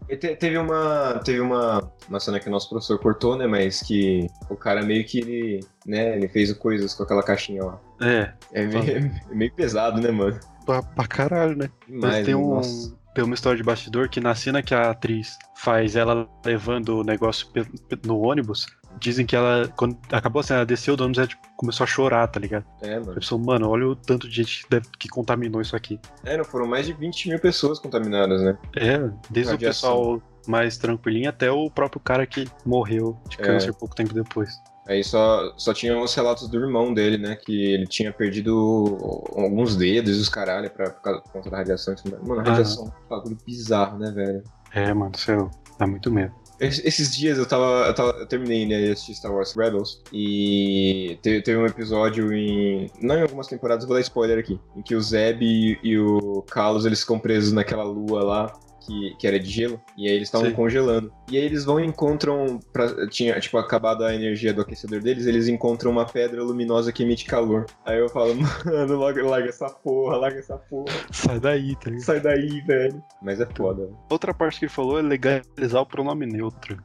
Speaker 2: E te- teve uma. Teve uma. Uma cena que o nosso professor cortou, né? Mas que o cara meio que ele. né, ele fez coisas com aquela caixinha lá.
Speaker 1: É,
Speaker 2: É me- é meio, pesado, né, mano?
Speaker 1: pra, pra caralho, né? Mas
Speaker 2: Demais,
Speaker 1: tem,
Speaker 2: mano.
Speaker 1: um,
Speaker 2: Nossa.
Speaker 1: tem uma história de bastidor que na cena que a atriz faz ela levando o negócio pe- pe- no ônibus, dizem que ela, quando acabou a cena, ela desceu do ônibus ela tipo, começou a chorar, tá ligado?
Speaker 2: É,
Speaker 1: A
Speaker 2: mano.
Speaker 1: pessoa, mano, olha o tanto de gente que, deve- que contaminou isso aqui.
Speaker 2: É, não, foram mais de 20 mil pessoas contaminadas, né?
Speaker 1: É, desde o
Speaker 2: Radiação.
Speaker 1: pessoal mais tranquilinho até o próprio cara que morreu de
Speaker 2: É.
Speaker 1: câncer pouco tempo depois.
Speaker 2: Aí só, só tinha os relatos do irmão dele, né? Que ele tinha perdido alguns dedos e os caralho pra, por causa- por conta da radiação. e tudo mais. Mano, a
Speaker 1: Ah.
Speaker 2: radiação é um bagulho bizarro, né, velho?
Speaker 1: É, mano, céu, dá muito medo.
Speaker 2: Es- Esses dias eu tava. Eu, tava- eu terminei, né, de assistir Star Wars Rebels. E teve, teve um episódio em. Não em algumas temporadas, vou dar spoiler aqui. Em que o Zeb e, e o Carlos eles ficam presos naquela lua lá. Que, que era de gelo, e aí eles estavam
Speaker 1: Sim.
Speaker 2: congelando. E aí eles vão e encontram. pra- tinha, tipo, acabado a energia do aquecedor deles, eles encontram uma pedra luminosa que emite calor. Aí eu falo, mano, logo, larga essa porra, larga essa porra,
Speaker 1: Sai daí, tá ligado?
Speaker 2: sai daí, velho. Mas é foda, velho.
Speaker 1: Outra parte que ele falou é legalizar o pronome neutro.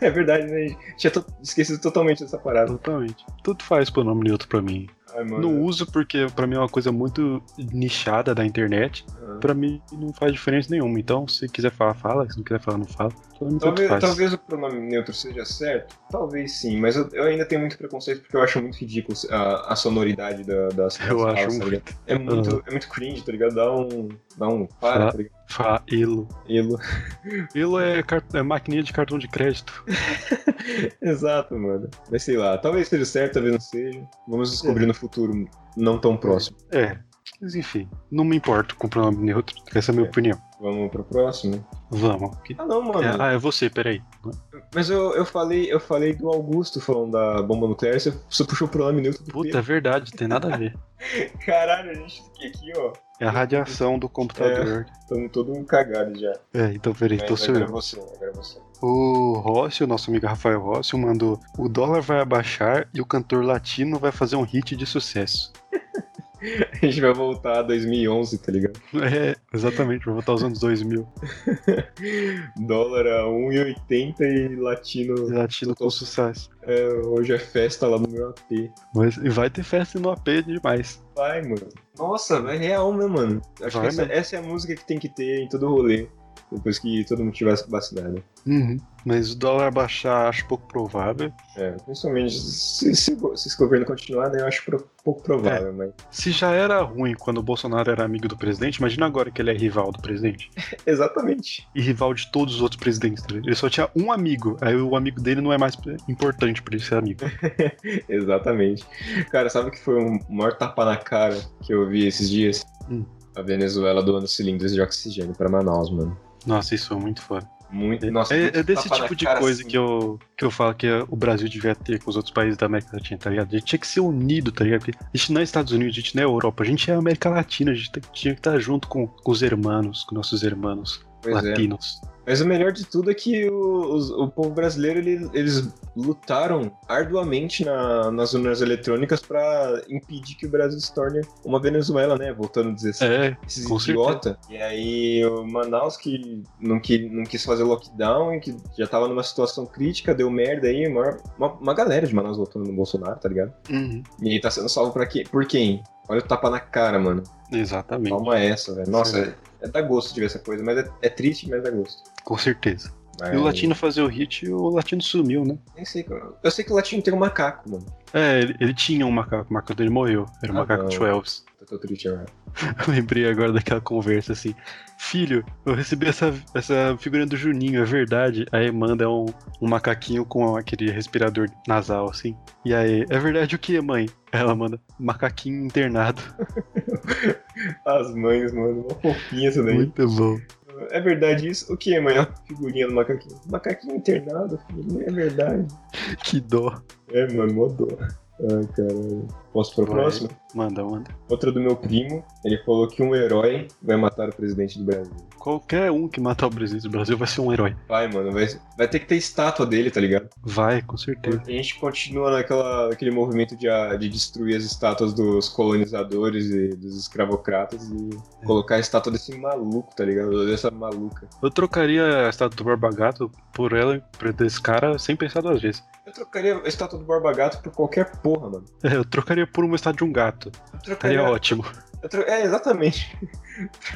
Speaker 2: É verdade, né? Tinha to- esquecido totalmente dessa parada.
Speaker 1: Totalmente. Tudo faz pronome neutro pra mim.
Speaker 2: Ai, mano.
Speaker 1: Não uso porque pra mim é uma coisa muito nichada da internet.
Speaker 2: Ah.
Speaker 1: Pra mim não faz diferença nenhuma. Então, se quiser falar, fala. Se não quiser falar, não fala. Pra mim, tanto
Speaker 2: Talvez,
Speaker 1: faz.
Speaker 2: talvez o pronome neutro seja certo, talvez sim, mas eu, eu ainda tenho muito preconceito porque eu acho muito ridículo a, a sonoridade da, das das
Speaker 1: Eu
Speaker 2: falas,
Speaker 1: acho
Speaker 2: tá
Speaker 1: um
Speaker 2: ligado? é muito É muito cringe, tá ligado? Dá um, Dá um para,
Speaker 1: Fala.
Speaker 2: tá ligado?
Speaker 1: Failo.
Speaker 2: Elo.
Speaker 1: Elo é, car- é maquininha de cartão de crédito.
Speaker 2: Exato, mano. Mas sei lá, talvez seja certo, talvez não seja. Vamos descobrir no futuro não tão próximo.
Speaker 1: É. Mas enfim, não me importo com o pronome neutro. Essa é a minha
Speaker 2: É.
Speaker 1: opinião.
Speaker 2: Vamos pro próximo?
Speaker 1: Vamos.
Speaker 2: Ah não, mano.
Speaker 1: É, ah, é você, peraí.
Speaker 2: Mas eu, eu falei, eu falei do Augusto falando da bomba nuclear, você, você puxou o pronome neutro do
Speaker 1: Puta, é verdade, tem nada a ver.
Speaker 2: Pedro. Caralho, a gente fica aqui, ó.
Speaker 1: É a radiação do computador.
Speaker 2: Tamo todo cagado já.
Speaker 1: É, então peraí, tô
Speaker 2: Mas
Speaker 1: seu
Speaker 2: agora
Speaker 1: eu.
Speaker 2: você, agora você.
Speaker 1: O Rossi, o nosso amigo Rafael Rossi, mandou: O dólar vai abaixar e o cantor latino vai fazer um hit de sucesso.
Speaker 2: A gente vai voltar a 2011, tá ligado?
Speaker 1: É, exatamente, vou voltar aos anos 2000.
Speaker 2: Dólar a 1,80 e latino.
Speaker 1: Latino com sucesso.
Speaker 2: é, hoje é festa lá no meu AP.
Speaker 1: Mas, e vai ter festa no AP demais.
Speaker 2: Vai, mano. Nossa, é real, né, mano? Acho
Speaker 1: Vai,
Speaker 2: que essa,
Speaker 1: né?
Speaker 2: essa é a música que tem que ter em todo rolê. Depois que todo mundo tivesse vacinado.
Speaker 1: Uhum. Mas o dólar abaixar acho pouco provável.
Speaker 2: É, principalmente se, se, se esse governo continuar, né? Eu acho pro- pouco
Speaker 1: É.
Speaker 2: provável, mas.
Speaker 1: Se já era ruim quando o Bolsonaro era amigo do presidente, imagina agora que ele é rival do presidente.
Speaker 2: Exatamente.
Speaker 1: E rival de todos os outros presidentes. tá ligado? Ele só tinha um amigo, aí o amigo dele não é mais importante pra ele ser amigo.
Speaker 2: Exatamente. Cara, sabe o que foi o maior tapa na cara que eu vi esses dias?
Speaker 1: Hum.
Speaker 2: A Venezuela doando cilindros de oxigênio pra Manaus, mano.
Speaker 1: Nossa, isso é muito foda.
Speaker 2: Muito, nossa,
Speaker 1: é,
Speaker 2: muito
Speaker 1: é desse
Speaker 2: tapa na
Speaker 1: tipo de
Speaker 2: cara,
Speaker 1: coisa
Speaker 2: assim.
Speaker 1: que, eu, que eu falo que o Brasil devia ter com os outros países da América Latina, tá ligado? A gente tinha que ser unido, tá ligado? Porque a gente não é Estados Unidos, a gente não é Europa, a gente é América Latina, a gente tem- tinha que estar junto com, com os hermanos, com nossos hermanos
Speaker 2: Pois é.
Speaker 1: latinos.
Speaker 2: Mas o melhor de tudo é que o, os- o povo brasileiro ele- eles lutaram arduamente na- nas urnas eletrônicas pra impedir que o Brasil se torne uma Venezuela, né? Voltando a dizer assim,
Speaker 1: É,
Speaker 2: esses
Speaker 1: com
Speaker 2: idiota. E aí o Manaus que não, que não quis fazer lockdown e que já tava numa situação crítica, deu merda aí, uma, uma, uma galera de Manaus votando no Bolsonaro, tá ligado?
Speaker 1: uhum,
Speaker 2: E aí tá sendo salvo pra quê? por quem? Olha o tapa na cara, mano.
Speaker 1: exatamente,
Speaker 2: Toma essa, velho. Nossa, é, é dá gosto de ver essa coisa, mas é, é triste, mas dá gosto.
Speaker 1: com certeza.
Speaker 2: Mas-
Speaker 1: E o latino fazer o hit, o latino sumiu, né?
Speaker 2: Nem sei qual- Eu sei que o latino tem um macaco, mano.
Speaker 1: É, ele, ele tinha um macaco, o macaco dele morreu, era o
Speaker 2: Ah,
Speaker 1: macaco
Speaker 2: não.
Speaker 1: de Elvis.
Speaker 2: Eu tô triste agora.
Speaker 1: Eu lembrei agora daquela conversa assim. Filho, eu recebi essa, essa figurinha do Juninho, é verdade. Aí manda um, um macaquinho com aquele respirador nasal, assim. E aí, é verdade o que, mãe? Ela manda macaquinho internado.
Speaker 2: As mães, mano, uma fofinha essa daí.
Speaker 1: Muito bom.
Speaker 2: É verdade isso? O que, mãe? A figurinha do macaquinho. Macaquinho internado, filho. É verdade.
Speaker 1: Que dó.
Speaker 2: É, mano, modou. Ai, caralho. Posso pro
Speaker 1: Vai.
Speaker 2: próximo?
Speaker 1: Manda, manda.
Speaker 2: Outra do meu primo. Ele falou que um herói vai matar o presidente do Brasil.
Speaker 1: Qualquer um que matar o presidente do Brasil vai ser um herói.
Speaker 2: Vai, mano. Vai, vai ter que ter estátua dele, tá ligado?
Speaker 1: Vai, com certeza.
Speaker 2: A gente continua naquela, naquele movimento de, a- de destruir as estátuas dos colonizadores e dos escravocratas e colocar a estátua desse maluco, tá ligado? Dessa maluca.
Speaker 1: Eu trocaria a estátua do Barbagato por ela, por desse cara, sem pensar duas vezes.
Speaker 2: Eu trocaria a estátua do Barba Gato por qualquer porra, mano.
Speaker 1: É, Eu trocaria por uma estátua de um gato.
Speaker 2: Eu
Speaker 1: Estaria
Speaker 2: trocaria.
Speaker 1: ótimo.
Speaker 2: eu tro- É, exatamente.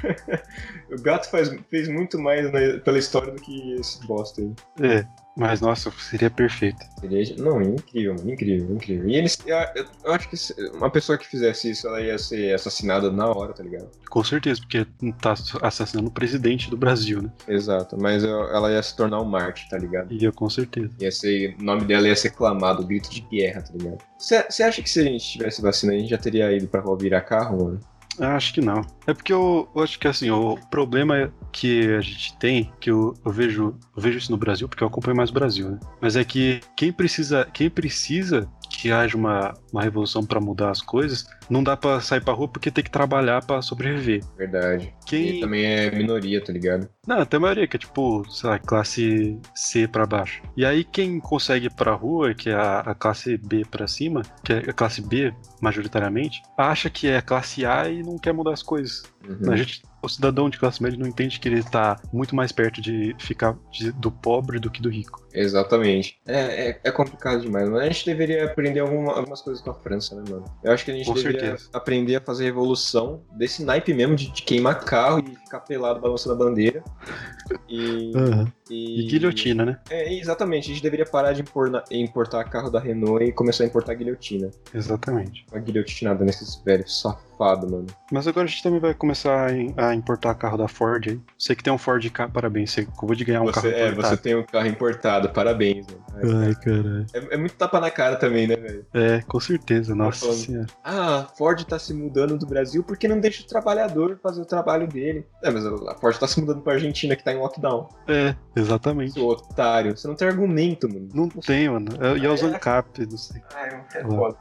Speaker 2: o gato faz, fez muito mais na- pela história do que esse bosta aí.
Speaker 1: É, mas nossa, seria perfeito.
Speaker 2: Seria- é, Não, incrível, mano, incrível, incrível. E eles. Eu, eu- eu acho que se- uma pessoa que fizesse isso, ela ia ser assassinada na hora, tá ligado?
Speaker 1: Com certeza, porque tá assassinando o presidente do Brasil, né?
Speaker 2: Exato, mas eu- ela ia se tornar um Marte, tá ligado?
Speaker 1: Ia com certeza.
Speaker 2: Ia ser, o nome dela ia ser clamado, grito de guerra, tá ligado? Você acha que se a gente tivesse vacina, a gente já teria ido pra rua virar carro, mano?
Speaker 1: Ah, Acho que não. É porque eu, eu acho que assim, o problema que a gente tem, que eu, eu vejo, eu vejo isso no Brasil, porque eu acompanho mais o Brasil, né? Mas é que quem precisa, quem precisa que haja uma, uma revolução pra mudar as coisas, não dá pra sair pra rua porque tem que trabalhar pra sobreviver.
Speaker 2: Verdade. E
Speaker 1: Quem.
Speaker 2: também é minoria, tá ligado?
Speaker 1: Não, tem a maioria que é tipo, sei lá, classe C pra baixo. E aí quem consegue ir pra rua, que é a, a classe B pra cima, que é a classe B majoritariamente, acha que é classe A e não quer mudar as coisas.
Speaker 2: Uhum.
Speaker 1: A gente, o cidadão de classe média não entende que ele tá muito mais perto de ficar de- do pobre do que do rico.
Speaker 2: Exatamente. É, é, é complicado demais, mas a gente deveria aprender alguma- algumas coisas com a França, né, mano? Eu acho que a gente
Speaker 1: Com
Speaker 2: deveria
Speaker 1: certeza.
Speaker 2: aprender a fazer revolução desse naipe mesmo de, de queimar carro e ficar pelado balançando a bandeira. E,
Speaker 1: Aham.
Speaker 2: e-
Speaker 1: E guilhotina, né?
Speaker 2: É, exatamente. A gente deveria parar de impor- importar carro da Renault e começar a importar guilhotina.
Speaker 1: Exatamente.
Speaker 2: Uma guilhotinada nesses velhos safado, mano.
Speaker 1: Mas agora a gente também vai começar a im- a importar carro da Ford aí. Você que tem um Ford K, parabéns. Você acabou de ganhar um carro
Speaker 2: você, é, você
Speaker 1: importado.
Speaker 2: tem um carro importado, parabéns, mano.
Speaker 1: Ai, caralho.
Speaker 2: É, é muito tapa na cara também, né, velho?
Speaker 1: É, com certeza, nossa
Speaker 2: Tá falando.
Speaker 1: senhora.
Speaker 2: Ah, a Ford tá se mudando do Brasil porque não deixa o trabalhador fazer o trabalho dele. É, mas a Ford tá se mudando pra Argentina que tá em lockdown.
Speaker 1: É, exatamente.
Speaker 2: Seu otário. Você não tem argumento, mano.
Speaker 1: Não tem, mano. É, E aos
Speaker 2: É.
Speaker 1: ANCAP, não sei.
Speaker 2: Ah, é
Speaker 1: Não.
Speaker 2: foda.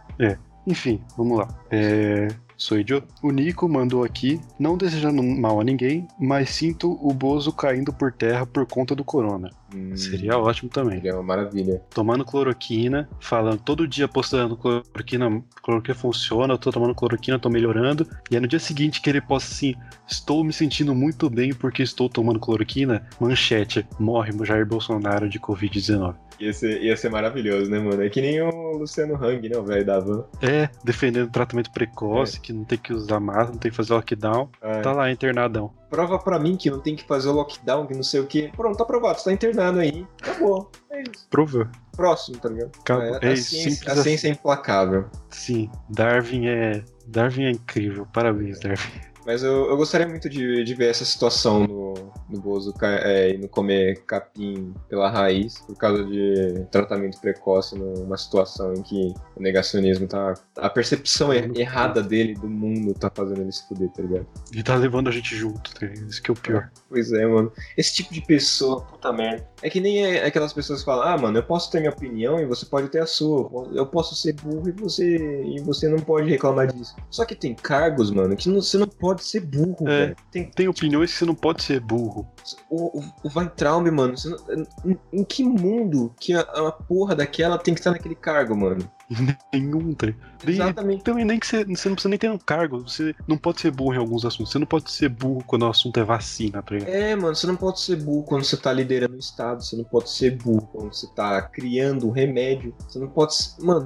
Speaker 1: Enfim, vamos lá. É, sou idiota. O Nico mandou aqui, não desejando mal a ninguém, mas sinto o Bozo caindo por terra por conta do corona.
Speaker 2: Hum,
Speaker 1: Seria ótimo também.
Speaker 2: Seria uma maravilha.
Speaker 1: Tomando cloroquina, falando todo dia postando cloroquina, cloroquina funciona, eu tô tomando cloroquina, tô melhorando. E aí no dia seguinte que ele posta assim, estou me sentindo muito bem porque estou tomando cloroquina, manchete, morre Jair Bolsonaro de Covid-19.
Speaker 2: Ia ser, ia ser maravilhoso, né, mano? É que nem o Luciano Hang, né, o velho da van.
Speaker 1: É, defendendo tratamento precoce, que não tem que usar máscara, não tem que fazer lockdown.
Speaker 2: Ah,
Speaker 1: Tá lá internadão.
Speaker 2: Prova pra mim que não tem que fazer o lockdown, que não sei o quê. Pronto, tá aprovado, você tá internado aí. Acabou. É isso.
Speaker 1: Provou.
Speaker 2: Próximo, tá ligado?
Speaker 1: Acabou.
Speaker 2: a,
Speaker 1: É isso, simples
Speaker 2: ciência, a
Speaker 1: assim.
Speaker 2: ciência é implacável.
Speaker 1: Sim, Darwin é. Darwin é incrível. Parabéns, Darwin.
Speaker 2: Mas eu, eu gostaria muito de, de ver essa situação no, no Bozo ca- é, indo comer capim pela raiz por causa de tratamento precoce numa situação em que o negacionismo tá. A percepção er- errada dele do mundo tá fazendo ele se fuder, tá ligado?
Speaker 1: E tá levando a gente junto, tá ligado? isso que é o pior.
Speaker 2: Pois é, mano. Esse tipo de pessoa, puta merda. É que nem é- aquelas pessoas que falam, ah, mano, eu posso ter minha opinião e você pode ter a sua. Eu posso ser burro e você, e você não pode reclamar disso. Só que tem cargos, mano, que não- você não pode ser burro,
Speaker 1: É.
Speaker 2: velho. Tem
Speaker 1: Tem opiniões que você não pode ser burro.
Speaker 2: o, o, o Weintraub, mano. você não- em, em que mundo que a, a porra daquela tem que estar naquele cargo, mano?
Speaker 1: Nenhum, tá ligado? Nem-
Speaker 2: Exatamente.
Speaker 1: Também nem que você, você não precisa nem ter um cargo. Você não pode ser burro em alguns assuntos. Você não pode ser burro quando o assunto é vacina, tá ligado?
Speaker 2: É, mano, você não pode ser burro quando você tá liderando o Estado, você não pode ser burro quando você tá criando um remédio, você não pode ser. Mano,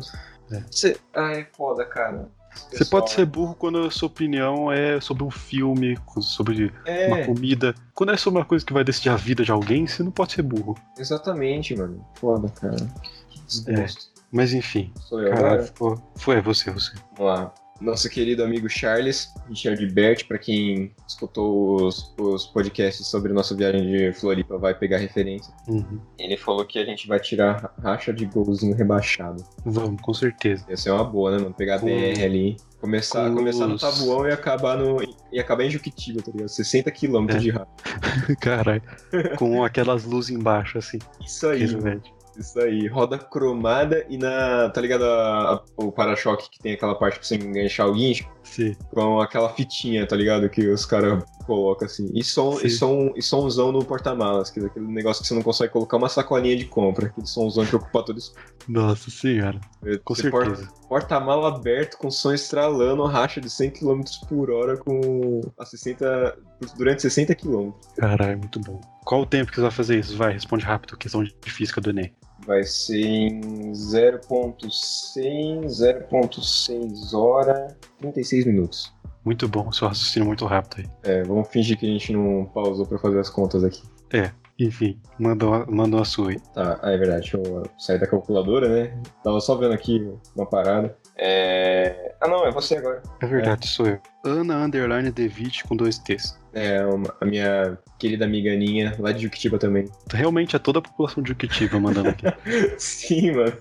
Speaker 1: É.
Speaker 2: você. Ai, foda, cara. Esse
Speaker 1: Você
Speaker 2: pessoal- é.
Speaker 1: pode ser burro quando a sua opinião é sobre um filme, sobre uma
Speaker 2: É,
Speaker 1: comida. Quando é sobre uma coisa que vai decidir a vida de alguém, você não pode ser burro.
Speaker 2: exatamente, mano. Foda, cara. Que desgosto.
Speaker 1: Mas enfim,
Speaker 2: Sou eu
Speaker 1: É. caralho,
Speaker 2: agora.
Speaker 1: ficou. Foi é você, você.
Speaker 2: Vamos lá. Nosso querido amigo Charles, Richard Bert, pra quem escutou os, os podcasts sobre nossa viagem de Floripa, vai pegar referência.
Speaker 1: Uhum.
Speaker 2: Ele falou que a gente vai tirar racha de golzinho rebaixado.
Speaker 1: Vamos, com certeza.
Speaker 2: Ia ser uma boa, né, mano? Pegar a
Speaker 1: Com-
Speaker 2: BR ali. Começar,
Speaker 1: com
Speaker 2: começar no
Speaker 1: os-
Speaker 2: Tabuão e acabar no. E acabar em Juquitiba, tá ligado? 60 km
Speaker 1: É.
Speaker 2: de racha.
Speaker 1: Caralho. Com aquelas luzes embaixo, assim.
Speaker 2: Isso aí,
Speaker 1: aquele LED.
Speaker 2: isso aí. Roda cromada e na. Tá ligado a- a- o para-choque que tem aquela parte pra você enganchar o guincho?
Speaker 1: Sim.
Speaker 2: com aquela fitinha, tá ligado? Que os caras colocam assim. E, som,
Speaker 1: Sim.
Speaker 2: e, som, e somzão no porta-malas, que é aquele negócio que você não consegue colocar uma sacolinha de compra, aquele somzão que ocupa todo espaço.
Speaker 1: Nossa senhora. Com
Speaker 2: Você porta-
Speaker 1: certeza.
Speaker 2: Porta-mala aberto com som estralando, racha de 100 km por hora com a 60, durante 60 km.
Speaker 1: Caralho, muito bom. Qual o tempo que você vai fazer isso? Vai, responde rápido. Questão de física do Enem.
Speaker 2: Vai ser em 0.100, 0.6 hora, 36 minutos.
Speaker 1: Muito bom, seu raciocínio muito rápido aí.
Speaker 2: É, vamos fingir que a gente não pausou pra fazer as contas aqui.
Speaker 1: Enfim, manda, uma- manda uma sua aí.
Speaker 2: Tá, ah, é verdade. Deixa eu sair da calculadora, né? Tava só vendo aqui uma parada. É. Ah, não, é você agora.
Speaker 1: É verdade, sou eu. Ana Underline Devit com dois T's.
Speaker 2: É, uma- a minha querida amiga Aninha, lá de Juquitiba também.
Speaker 1: Realmente é toda a população de Uquitiba mandando aqui.
Speaker 2: Sim, mano.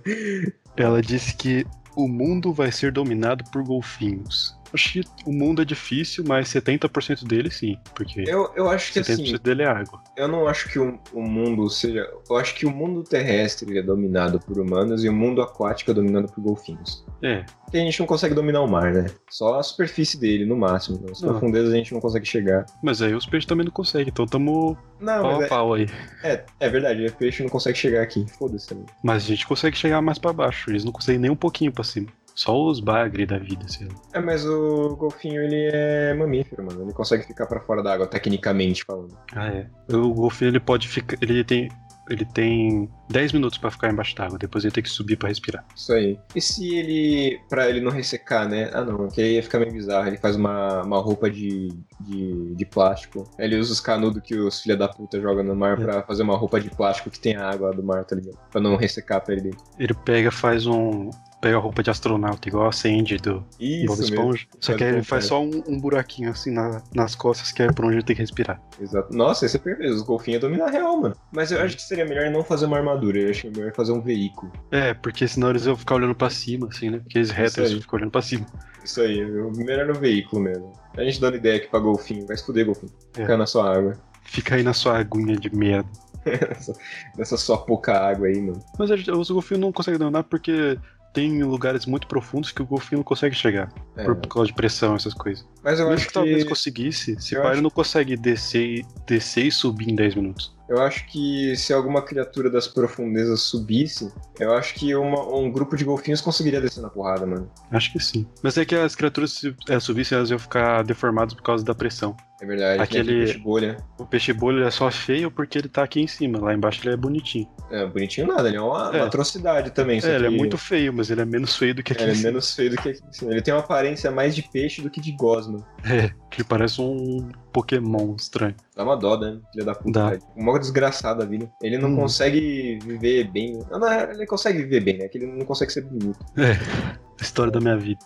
Speaker 1: Ela disse que o mundo vai ser dominado por golfinhos. Acho que o mundo é difícil, mas 70% dele sim, porque
Speaker 2: Eu, eu acho que
Speaker 1: 70%
Speaker 2: assim,
Speaker 1: dele é água.
Speaker 2: eu não acho que o, o mundo seja. Eu acho que o mundo terrestre é dominado por humanos e o mundo aquático é dominado por golfinhos.
Speaker 1: É,
Speaker 2: Porque a gente não consegue dominar o mar, né? Só a superfície dele, no máximo. As
Speaker 1: Não.
Speaker 2: profundezas a gente não consegue chegar.
Speaker 1: mas aí os peixes também não conseguem, então tamo
Speaker 2: Não,
Speaker 1: pau a
Speaker 2: mas é,
Speaker 1: pau aí.
Speaker 2: é, é verdade, o peixe não consegue chegar aqui. Foda-se também.
Speaker 1: Mas a gente consegue chegar mais pra baixo, eles não conseguem nem um pouquinho pra cima. Só os bagre da vida, sei lá.
Speaker 2: É, mas o golfinho, ele é mamífero, mano. Ele consegue ficar pra fora da água, tecnicamente falando.
Speaker 1: Ah, é. O golfinho, ele pode ficar... Ele tem... ele tem 10 minutos pra ficar embaixo d'água, depois ele tem que subir pra respirar.
Speaker 2: Isso aí. E se ele. pra ele não ressecar, né? Ah não, que aí ia ficar meio bizarro. Ele faz uma, uma roupa de, de, de plástico. Aí Ele usa os canudos que os filha da puta jogam no mar pra fazer uma roupa de plástico que tem a água do mar, tá ligado? Pra não ressecar a pele dele.
Speaker 1: Ele pega, faz um. pega a roupa de astronauta, igual a Sandy do Bob
Speaker 2: Isso mesmo. É
Speaker 1: Esponja. Só que aí ele faz só um, um buraquinho assim na- nas costas, que é por onde ele tem que respirar.
Speaker 2: Exato. Nossa, esse é perfeito. Os golfinhos dominam a real, mano. Mas eu acho que seria melhor não fazer uma armadura. Eu acho que é melhor fazer um veículo.
Speaker 1: É, porque senão eles vão ficar olhando pra cima, assim, né? Porque eles retos
Speaker 2: aí.
Speaker 1: eles ficam olhando pra cima.
Speaker 2: Isso aí, eu- melhor no veículo mesmo. A gente dando ideia aqui pra golfinho, vai se fuder, golfinho.
Speaker 1: É.
Speaker 2: Ficar na sua água.
Speaker 1: Fica aí na sua aguinha de merda.
Speaker 2: Nessa- Nessa sua pouca água aí, mano.
Speaker 1: Mas a gente- os golfinhos não conseguem andar porque tem lugares muito profundos que o golfinho não consegue chegar.
Speaker 2: É.
Speaker 1: Por causa de pressão, essas coisas.
Speaker 2: Mas eu
Speaker 1: Mesmo
Speaker 2: acho
Speaker 1: que talvez
Speaker 2: que.
Speaker 1: conseguisse, se
Speaker 2: eu
Speaker 1: pá,
Speaker 2: acho-
Speaker 1: ele não consegue descer, e- descer e subir em 10 minutos.
Speaker 2: Eu acho que se alguma criatura das profundezas subisse, eu acho que uma- um grupo de golfinhos conseguiria descer na porrada, mano.
Speaker 1: Acho que sim. Mas é que as criaturas, se é, subissem, elas iam ficar deformadas por causa da pressão.
Speaker 2: É verdade. né?
Speaker 1: Aquele-
Speaker 2: Aquele peixe bolha.
Speaker 1: O peixe bolha ele é só feio porque ele tá aqui em cima. Lá embaixo ele é bonitinho.
Speaker 2: É, bonitinho nada, ele é uma, uma
Speaker 1: É.
Speaker 2: atrocidade também. só
Speaker 1: é, ele é
Speaker 2: que-
Speaker 1: muito feio, mas ele é menos feio do que aqui
Speaker 2: Ele
Speaker 1: em
Speaker 2: é
Speaker 1: cima.
Speaker 2: menos feio do que aqui. Ele tem uma aparência mais de peixe do que de gosma.
Speaker 1: É, que parece um Pokémon estranho.
Speaker 2: Dá uma dó, né? Filha da puta.
Speaker 1: Dá.
Speaker 2: cara. Uma desgraçada a vida. Ele não
Speaker 1: Hum.
Speaker 2: consegue viver bem. Não, não, ele consegue viver bem, né? Que ele não consegue ser bonito.
Speaker 1: A história da minha vida.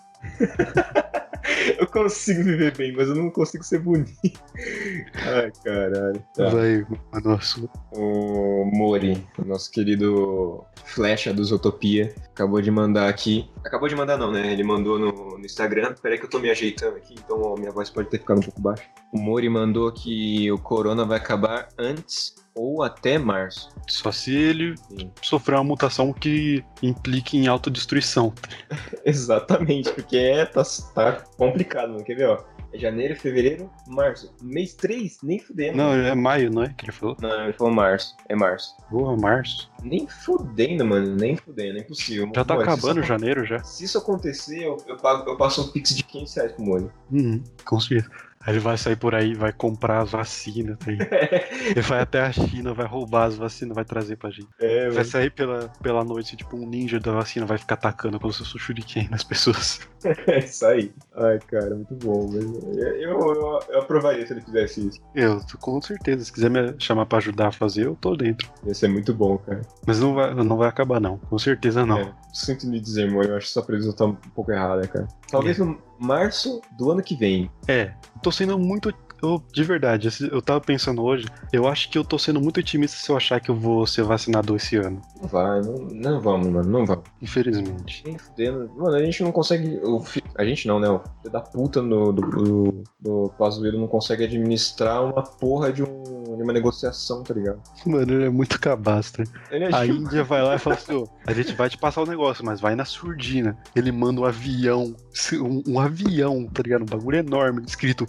Speaker 2: Eu consigo viver bem, mas eu não consigo ser bonito. Ai, caralho. Tá.
Speaker 1: Vai, mano, a sua.
Speaker 2: O Mori, o nosso querido Flecha do Zootopia, acabou de mandar aqui. Acabou de mandar não, né? Ele mandou no, no Instagram. Peraí que eu tô me ajeitando aqui, então ó, minha voz pode ter ficado um pouco baixa. O Mori mandou que o corona vai acabar antes ou até março.
Speaker 1: Só se ele
Speaker 2: Sim.
Speaker 1: sofrer uma mutação que implique em autodestruição.
Speaker 2: Exatamente, porque é, tá, tá complicado, mano. Quer ver, ó? É janeiro, fevereiro, março. Mês 3, nem fudendo.
Speaker 1: Não, é maio, não é? Que ele falou.
Speaker 2: não, ele falou março. É março.
Speaker 1: Boa, março.
Speaker 2: Nem fudendo, mano. Nem fudendo, é impossível.
Speaker 1: Já tá
Speaker 2: Mori, se
Speaker 1: acabando
Speaker 2: isso
Speaker 1: janeiro já.
Speaker 2: Se isso acontecer, eu, eu, pago- eu passo um pix de 500 reais pro Mori.
Speaker 1: Hum, com certeza. Aí ele vai sair por aí, vai comprar as vacinas. Tá aí. ele vai até a China, vai roubar as vacinas, vai trazer pra gente.
Speaker 2: É,
Speaker 1: Vai sair pela, pela noite, tipo um ninja da vacina, vai ficar atacando com o seu um shuriken nas pessoas.
Speaker 2: é isso aí. Ai, cara, muito bom. Mas eu, eu, eu aprovaria se ele fizesse isso.
Speaker 1: Eu, tô- com certeza, se quiser me chamar pra ajudar a fazer, eu tô dentro.
Speaker 2: Ia ser muito bom, cara.
Speaker 1: Mas não vai, não vai acabar, não. Com certeza não.
Speaker 2: É, sinto lhe dizer, Mori, eu acho que sua previsão tá um pouco errada, cara. Talvez no março do ano que vem.
Speaker 1: É, tô sendo muito. Eu, de verdade, esse- eu tava pensando hoje, eu acho que eu tô sendo muito otimista se eu achar que eu vou ser vacinado esse ano.
Speaker 2: Não vai, não, não vamos, mano, não vamos.
Speaker 1: Infelizmente.
Speaker 2: Nem fudendo. Mano, a gente não consegue. o fi- a gente não, né? O filho da puta no, do, do, do Pazuello não consegue administrar uma porra de, um, de uma negociação, tá ligado?
Speaker 1: Mano, ele é muito cabastra.
Speaker 2: Ele é
Speaker 1: A Índia um vai lá e fala assim: "Ô, a gente vai te passar o negócio, mas vai na surdina. Ele manda um avião, se- um, um avião, tá ligado? Um bagulho enorme, escrito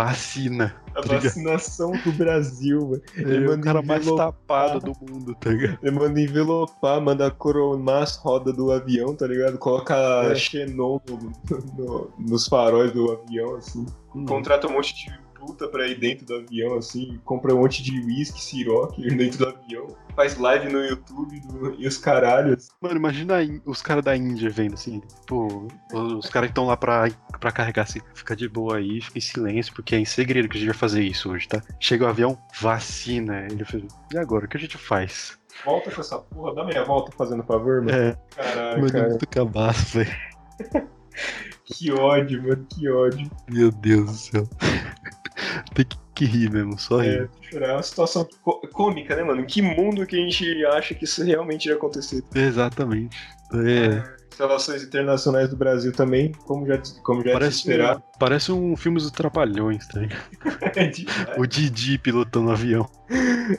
Speaker 1: vacina.
Speaker 2: A
Speaker 1: Obrigado.
Speaker 2: vacinação do Brasil, velho.
Speaker 1: Ele é o
Speaker 2: manda
Speaker 1: cara mais
Speaker 2: envelope.
Speaker 1: tapado do mundo, tá ligado?
Speaker 2: Ele manda envelopar, manda coronar as rodas do avião, tá ligado? Coloca
Speaker 1: É.
Speaker 2: xenon no- no- nos faróis do avião, assim. Contrata um monte de puta pra ir dentro do avião, assim. Compra um monte de uísque, siroque dentro do avião. Faz live no YouTube do- e os caralhos.
Speaker 1: Mano, imagina a Ín- os caras da Índia vendo assim, tipo, os caras que estão lá pra, pra carregar assim, fica de boa aí, fica em silêncio, porque é em segredo que a gente vai fazer isso hoje, tá? Chega o avião, vacina. Ele fez, e agora? O que a gente faz?
Speaker 2: Volta com essa porra, dá meia volta fazendo favor, mano.
Speaker 1: É,
Speaker 2: Caralho,
Speaker 1: mano, é
Speaker 2: cara.
Speaker 1: muito cabaço, velho.
Speaker 2: Que ódio, mano, que ódio.
Speaker 1: Meu Deus do céu. Tem que, que rir mesmo, só
Speaker 2: É,
Speaker 1: rir.
Speaker 2: chorar. É uma situação co- cômica, né, mano? Que mundo que a gente acha que isso realmente ia acontecer.
Speaker 1: Exatamente. É,
Speaker 2: As relações internacionais do Brasil também, como já, como já é de
Speaker 1: parece,
Speaker 2: esperar.
Speaker 1: um, parece um filme dos Trapalhões, tá ligado?
Speaker 2: é de-
Speaker 1: O Didi pilotando o avião.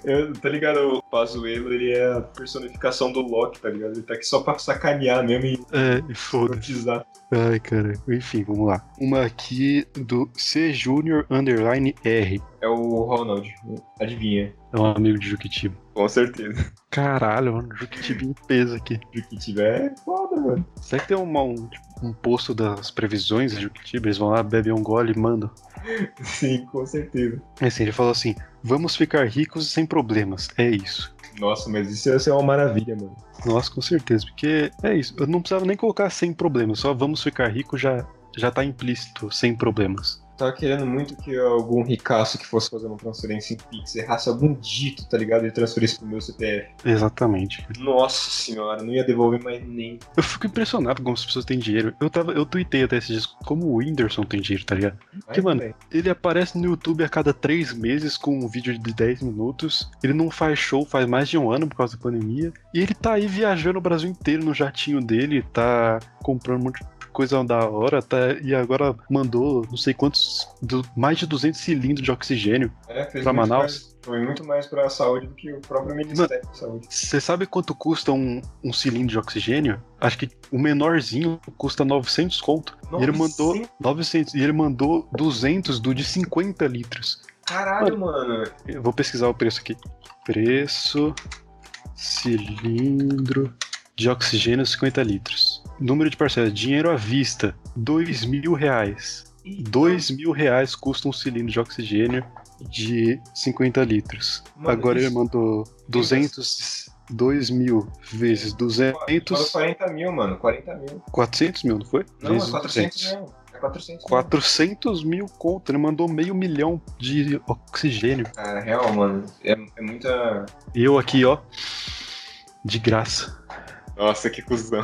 Speaker 2: Eu- tá ligado? O Pazuello, ele é a personificação do Loki, tá ligado? Ele tá aqui só pra sacanear mesmo e
Speaker 1: É, e foda-se.
Speaker 2: hipnotizar.
Speaker 1: Ai, cara. Enfim, vamos lá. Uma aqui do C Junior Underline R.
Speaker 2: É o Ronald, adivinha.
Speaker 1: É um amigo de Juquitiba.
Speaker 2: Com certeza.
Speaker 1: Caralho, mano. Juquitiba em peso aqui.
Speaker 2: O que tiver é foda, mano.
Speaker 1: Será que tem uma- um, tipo, um posto das previsões de Juquitiba? Eles vão lá, bebem um gole e mandam.
Speaker 2: Sim, com certeza.
Speaker 1: É assim, ele falou assim: vamos ficar ricos e sem problemas. É isso.
Speaker 2: Nossa, mas isso ia ser uma maravilha, mano.
Speaker 1: Nossa, com certeza, porque é isso. Eu não precisava nem colocar sem problemas, só vamos ficar rico já, já tá implícito, sem problemas.
Speaker 2: Tava querendo muito que algum ricaço que fosse fazer uma transferência em Pix errasse algum dito, tá ligado? E transferisse pro meu CPF.
Speaker 1: Exatamente.
Speaker 2: Nossa senhora, não ia devolver mais nem.
Speaker 1: Eu fico impressionado com como as pessoas têm dinheiro. Eu tava, eu tuitei até esses dias como o Whindersson tem dinheiro, tá ligado?
Speaker 2: Ai,
Speaker 1: mano,
Speaker 2: velho.
Speaker 1: Ele aparece no YouTube a cada três meses com um vídeo de 10 minutos. Ele não faz show faz mais de um ano por causa da pandemia. E ele tá aí viajando o Brasil inteiro no jatinho dele, tá comprando um monte de coisa da hora, tá, e agora mandou não sei quantos, du- mais de 200 cilindros de oxigênio.
Speaker 2: É, fez
Speaker 1: pra
Speaker 2: muito
Speaker 1: Manaus?
Speaker 2: mais- foi muito mais pra saúde do que o próprio Ministério da Saúde.
Speaker 1: Você sabe quanto custa um, um cilindro de oxigênio? Acho que o menorzinho custa 900 conto. E ele mandou
Speaker 2: 900?
Speaker 1: 900 e ele mandou 200 do de 50 litros.
Speaker 2: Caralho, mano.
Speaker 1: Eu vou pesquisar o preço aqui. Preço cilindro de oxigênio 50 litros. Número de parcelas. Dinheiro à vista. Dois mil reais. Dois mil reais custa um cilindro de oxigênio de 50 litros.
Speaker 2: Mano,
Speaker 1: Agora é ele
Speaker 2: isso- é
Speaker 1: mandou 200... 2 mil vezes
Speaker 2: Fala
Speaker 1: 200...
Speaker 2: 40 mil, mano. 40 mil.
Speaker 1: 400 mil, não foi?
Speaker 2: Não, é
Speaker 1: Vezes
Speaker 2: 400
Speaker 1: 200.
Speaker 2: mil. É 400 mil.
Speaker 1: 400 mil conto. Ele mandou meio milhão de oxigênio.
Speaker 2: Cara, real, mano. É, é muita.
Speaker 1: E eu aqui, ó. De graça.
Speaker 2: Nossa, que cuzão.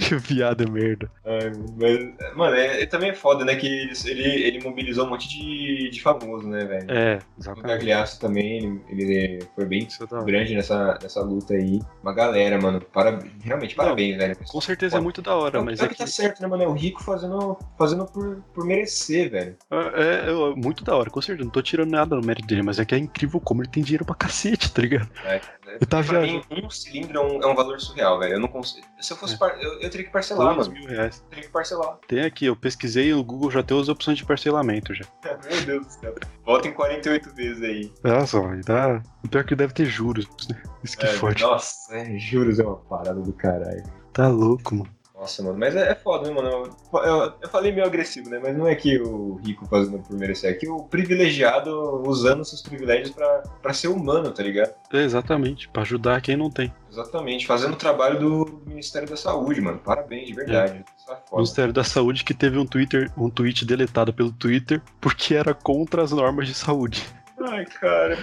Speaker 1: Que viada merda.
Speaker 2: Ai, mas, mano, é, é também é foda, né? Que eles- ele, ele mobilizou um monte de, de famoso, né, velho?
Speaker 1: É,
Speaker 2: O
Speaker 1: exatamente.
Speaker 2: Gagliasso também, ele, ele foi bem
Speaker 1: Isso é da hora.
Speaker 2: grande nessa, nessa luta aí. Uma galera, mano. Para, realmente,
Speaker 1: Não,
Speaker 2: parabéns, velho.
Speaker 1: Com certeza é muito da hora,
Speaker 2: Não,
Speaker 1: mas
Speaker 2: pior
Speaker 1: é,
Speaker 2: que
Speaker 1: que-
Speaker 2: tá certo, né, mano? É o rico fazendo, fazendo por, por merecer, velho.
Speaker 1: é, é muito da hora, com certeza. Não tô tirando nada do mérito dele, mas é que é incrível como ele tem dinheiro pra cacete, tá ligado?
Speaker 2: É,
Speaker 1: Eu tava
Speaker 2: pra
Speaker 1: viajando.
Speaker 2: mim, um cilindro é um, é um valor surreal, velho. Eu não consigo. Se eu fosse.
Speaker 1: É.
Speaker 2: par- Eu, eu teria que parcelar,
Speaker 1: Dois
Speaker 2: mano.
Speaker 1: mil reais.
Speaker 2: Eu teria que parcelar.
Speaker 1: Tem aqui, eu pesquisei o Google já tem as opções de parcelamento já.
Speaker 2: Meu Deus do céu. Volta em 48 vezes aí.
Speaker 1: Olha só, e dá. O pior é que deve ter juros, né? Isso que
Speaker 2: É,
Speaker 1: fode.
Speaker 2: Nossa, é, juros é uma parada do caralho.
Speaker 1: Tá louco, mano.
Speaker 2: Nossa, mano, mas é, é foda, né, mano? Eu, eu- eu falei meio agressivo, né? Mas não é que o rico fazendo por merecer, é que o privilegiado usando seus privilégios pra, pra ser humano, tá ligado?
Speaker 1: É, exatamente, pra ajudar quem não tem.
Speaker 2: Exatamente, fazendo o trabalho do, do Ministério da Saúde, mano. Parabéns, de verdade. Isso é
Speaker 1: O
Speaker 2: foda.
Speaker 1: Ministério da Saúde que teve um Twitter, um tweet deletado pelo Twitter porque era contra as normas de saúde.
Speaker 2: Ai, cara.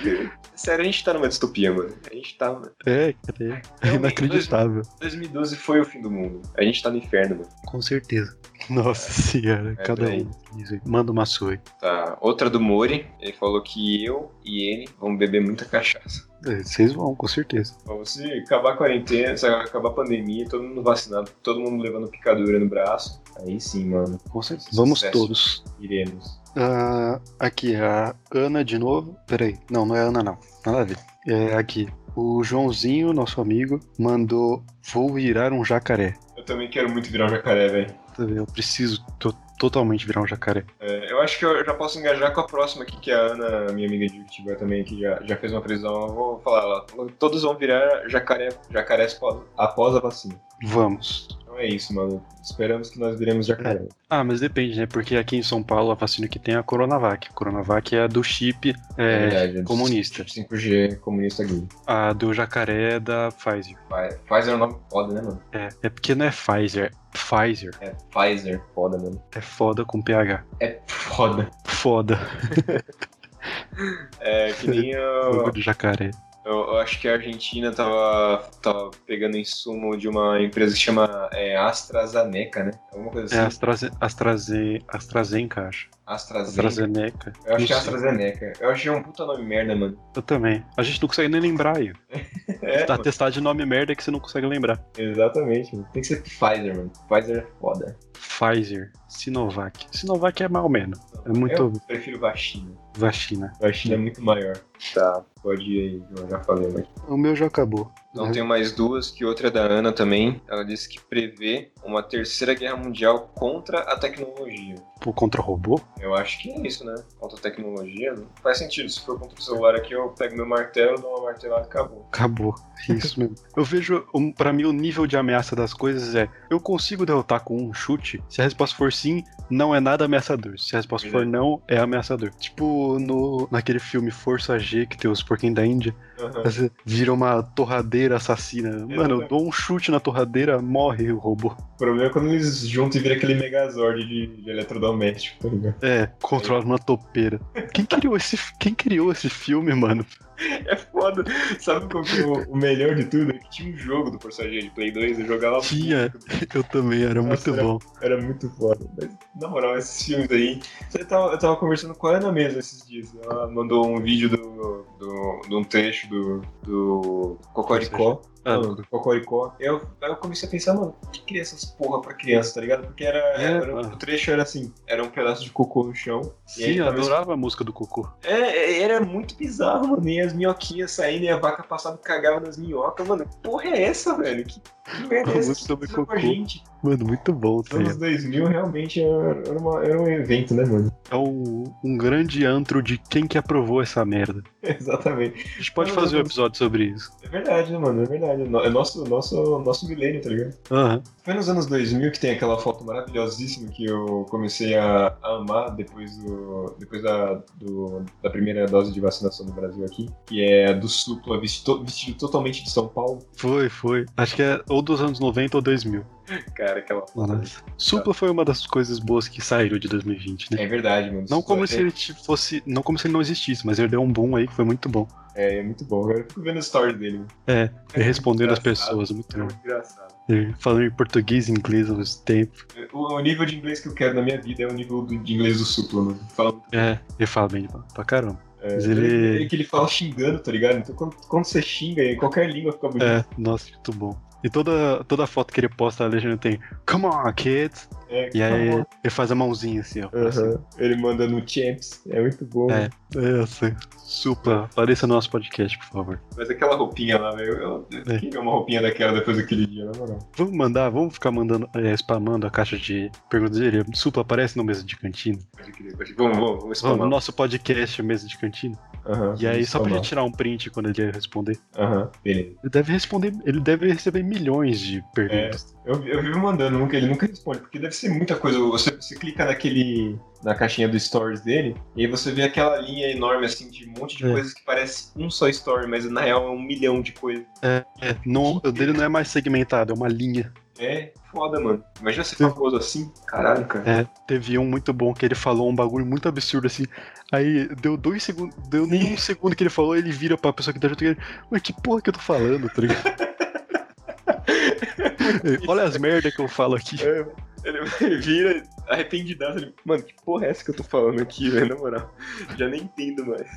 Speaker 2: Sério, a gente tá numa distopia, mano. A gente tá.
Speaker 1: É, cara, é
Speaker 2: Realmente,
Speaker 1: inacreditável.
Speaker 2: 2012 foi o fim do mundo. A gente tá no inferno, mano.
Speaker 1: Com certeza. Nossa senhora,
Speaker 2: É,
Speaker 1: cada
Speaker 2: daí.
Speaker 1: um. Diz aí, Manda uma sua aí.
Speaker 2: Tá. Outra do Mori, ele falou que eu e ele vamos beber muita cachaça.
Speaker 1: É, Vocês vão, com certeza.
Speaker 2: Bom, se acabar a quarentena, se acabar a pandemia, todo mundo vacinado, todo mundo levando picadura no braço, aí sim, mano,
Speaker 1: Com certeza. Vamos
Speaker 2: Sucesso.
Speaker 1: todos.
Speaker 2: iremos.
Speaker 1: Ah, aqui, a Ana de novo. Peraí, não, não é Ana, não. Nada a ver. É aqui. O Joãozinho, nosso amigo, mandou: Vou virar um jacaré.
Speaker 2: Eu também quero muito virar um jacaré, velho.
Speaker 1: Tá vendo? Eu preciso to- totalmente virar um jacaré.
Speaker 2: É, eu acho que eu já posso engajar com a próxima aqui, que é a Ana, minha amiga de Curitiba também, que já, já fez uma previsão. Eu vou falar, ela falou, todos vão virar jacaré, jacarés após, após a vacina.
Speaker 1: Vamos.
Speaker 2: Então é isso, mano. Esperamos que nós viremos jacaré.
Speaker 1: Ah, mas depende, né? Porque aqui em São Paulo a vacina que tem é a Coronavac. A Coronavac é a do chip é,
Speaker 2: verdade.
Speaker 1: comunista.
Speaker 2: 5G, comunista gay.
Speaker 1: A do jacaré é da Pfizer.
Speaker 2: Fi- Pfizer é um nome foda, né, mano?
Speaker 1: É, é porque não é Pfizer, é Pfizer.
Speaker 2: É Pfizer, foda, mano.
Speaker 1: É foda com PH.
Speaker 2: É foda.
Speaker 1: Foda.
Speaker 2: É que nem o,
Speaker 1: Fogo do jacaré.
Speaker 2: Eu, eu acho que a Argentina tava, tava pegando insumo de uma empresa que chama é, AstraZeneca, né? Alguma coisa
Speaker 1: É
Speaker 2: assim.
Speaker 1: AstraZe, AstraZe, AstraZeneca, acho.
Speaker 2: AstraZeneca.
Speaker 1: É, AstraZeneca.
Speaker 2: Eu
Speaker 1: Não
Speaker 2: acho que é
Speaker 1: sei.
Speaker 2: AstraZeneca. Eu achei um puta nome merda, mano.
Speaker 1: Eu também. A gente não consegue nem lembrar aí.
Speaker 2: É,
Speaker 1: tá
Speaker 2: mano.
Speaker 1: testado de nome merda que você não consegue lembrar.
Speaker 2: Exatamente, mano. Tem que ser Pfizer, mano. Pfizer é foda.
Speaker 1: Pfizer, Sinovac. Sinovac é mal menos. É muito
Speaker 2: Eu prefiro vacina.
Speaker 1: vacina. Uhum.
Speaker 2: Vacina é muito maior. Tá, pode ir aí, eu já falei, mas.
Speaker 1: O meu já acabou.
Speaker 2: Então tenho mais duas, que outra é da Ana também. Ela disse que prevê uma terceira guerra mundial contra a tecnologia.
Speaker 1: Pô, contra robô?
Speaker 2: Eu acho que é isso, né? Contra a tecnologia. Não faz sentido. Se for contra o celular aqui, eu pego meu martelo, dou uma martelada e acabou.
Speaker 1: Acabou. É Isso mesmo. Eu vejo, um, pra mim, o nível de ameaça das coisas é: eu consigo derrotar com um chute? Se a resposta for sim, não é nada ameaçador. Se a resposta for não, é ameaçador. Tipo no, naquele filme Força G, que tem os porquinhos da Índia,
Speaker 2: Aham.
Speaker 1: você vira uma torradeira assassina. Mano, eu dou um chute na torradeira, morre o robô.
Speaker 2: O problema é quando eles juntam e viram aquele megazord de, de eletrodoméstico, tá ligado?
Speaker 1: É, controla uma topeira. Quem criou esse, quem criou esse filme, mano?
Speaker 2: É foda. Sabe qual que é o, o melhor de tudo? É que tinha um jogo do Força G de Play 2, eu jogava
Speaker 1: Tinha. Eu também, era
Speaker 2: Nossa,
Speaker 1: muito
Speaker 2: é. era-
Speaker 1: bom.
Speaker 2: Era muito foda. Mas, na moral, esses filmes aí. Eu tava, eu tava conversando com a Ana mesmo esses dias. Ela mandou um vídeo do, do, de um trecho do, do Cocoricó.
Speaker 1: Ah,
Speaker 2: Não, do Cocoricó. Eu, aí eu comecei a pensar, mano, por que cria essas porra pra criança, tá ligado? Porque era,
Speaker 1: É,
Speaker 2: era-
Speaker 1: mano.
Speaker 2: o trecho era assim: era um pedaço de cocô no chão. E aí
Speaker 1: Sim, eu
Speaker 2: tava
Speaker 1: adorava a música do Cocô.
Speaker 2: é, era muito bizarro, mano. E as minhoquinhas saindo e a vaca passava e cagava nas minhocas, mano. Que porra é essa, velho? Que que merda é
Speaker 1: Falou
Speaker 2: essa?
Speaker 1: sobre
Speaker 2: que aconteceu com a
Speaker 1: cocô.
Speaker 2: gente?
Speaker 1: Mano, muito bom,
Speaker 2: Nos
Speaker 1: tá
Speaker 2: anos
Speaker 1: ligado?
Speaker 2: 2000 realmente era, era uma- era um evento, né, mano?
Speaker 1: É um, um grande antro de quem que aprovou essa merda.
Speaker 2: Exatamente.
Speaker 1: A gente pode
Speaker 2: Não,
Speaker 1: fazer um
Speaker 2: não.
Speaker 1: episódio sobre isso.
Speaker 2: É verdade, né, mano? É verdade. É no- é nosso, nosso, nosso milênio, tá ligado?
Speaker 1: Aham.
Speaker 2: Foi nos anos 2000 que tem aquela foto maravilhosíssima que eu comecei a, a amar depois, do, depois da, do- da primeira dose de vacinação no Brasil aqui, que é a do Supla, vestido, vestido totalmente de São Paulo.
Speaker 1: Foi, foi. Acho que é ou dos anos 90 ou 2000.
Speaker 2: Cara, aquela foto.
Speaker 1: Nossa. Supla foi uma das coisas boas que saíram de 2020, né?
Speaker 2: É verdade, mano.
Speaker 1: Não
Speaker 2: Isso
Speaker 1: como
Speaker 2: é-
Speaker 1: se ele te- fosse. Não como se ele não existisse, mas ele deu um boom aí que foi muito bom.
Speaker 2: É, é muito bom. Eu fico vendo a story dele. mano.
Speaker 1: É,
Speaker 2: É
Speaker 1: ele respondendo as
Speaker 2: engraçado.
Speaker 1: pessoas, muito
Speaker 2: É
Speaker 1: bom.
Speaker 2: muito engraçado. É,
Speaker 1: Ele falando em português e inglês ao mesmo tempo.
Speaker 2: O, o nível de inglês que eu quero na minha vida é o nível do- de inglês do Supla, mano. Fala,
Speaker 1: É, ele fala bem pra- pra caramba.
Speaker 2: é,
Speaker 1: Mas ele-
Speaker 2: é que ele fala xingando, tá ligado? Então quando, quando você xinga, em qualquer língua fica bonito.
Speaker 1: É, nossa, muito bom. E toda, toda foto que ele posta, a legenda tem Come on, kids!
Speaker 2: É,
Speaker 1: E aí ele faz a mãozinha assim, ó. pra cima.
Speaker 2: Aham. Ele manda no Champs, é muito bom.
Speaker 1: É. É, assim. Supla, apareça no nosso podcast, por favor.
Speaker 2: Mas aquela roupinha lá, velho, eu, eu
Speaker 1: É.
Speaker 2: queria uma roupinha daquela depois daquele dia, na moral.
Speaker 1: Vamos mandar, vamos ficar mandando, é, spamando a caixa de perguntas dele. Supla aparece no mesa de cantina.
Speaker 2: Pode crer, pode- Vamos, vamos, vamos
Speaker 1: Vamos,
Speaker 2: spamar.
Speaker 1: no nosso podcast, mesa de cantina.
Speaker 2: Aham,
Speaker 1: E aí,
Speaker 2: vamos
Speaker 1: só pra
Speaker 2: spamar.
Speaker 1: gente tirar um print quando ele responder.
Speaker 2: Aham, beleza.
Speaker 1: Ele deve responder, ele deve receber milhões de perguntas.
Speaker 2: Eu, eu vivo mandando, nunca, ele nunca responde, porque deve ser muita coisa. Você, você clica naquele. na caixinha do stories dele, e aí você vê aquela linha enorme assim de um monte de
Speaker 1: É.
Speaker 2: coisas que parece um só story, mas na real é um milhão de coisas.
Speaker 1: É, não, o dele não é mais segmentado, é uma linha.
Speaker 2: É foda, mano. Imagina ser famoso assim. Caralho, cara.
Speaker 1: É, teve um muito bom que ele falou um bagulho muito absurdo assim. Aí deu dois segundos, deu nem um segundo que ele falou, ele vira pra pessoa que tá junto com ele. Mas que porra que eu tô falando, tá ligado? Olha as merda que eu falo aqui.
Speaker 2: Ele, ele vira arrependidaço. Ele, mano, que porra é essa que eu tô falando aqui, velho? Na moral. Já nem entendo mais.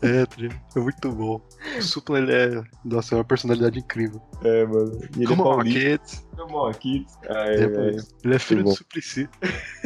Speaker 1: É, tá ligado? é muito bom. O Supla, ele é. Nossa, é uma personalidade incrível.
Speaker 2: É, mano. E
Speaker 1: Come on, kids.
Speaker 2: aqui.
Speaker 1: É, mano. Ele é filho do
Speaker 2: Muito bom.
Speaker 1: Suplicy.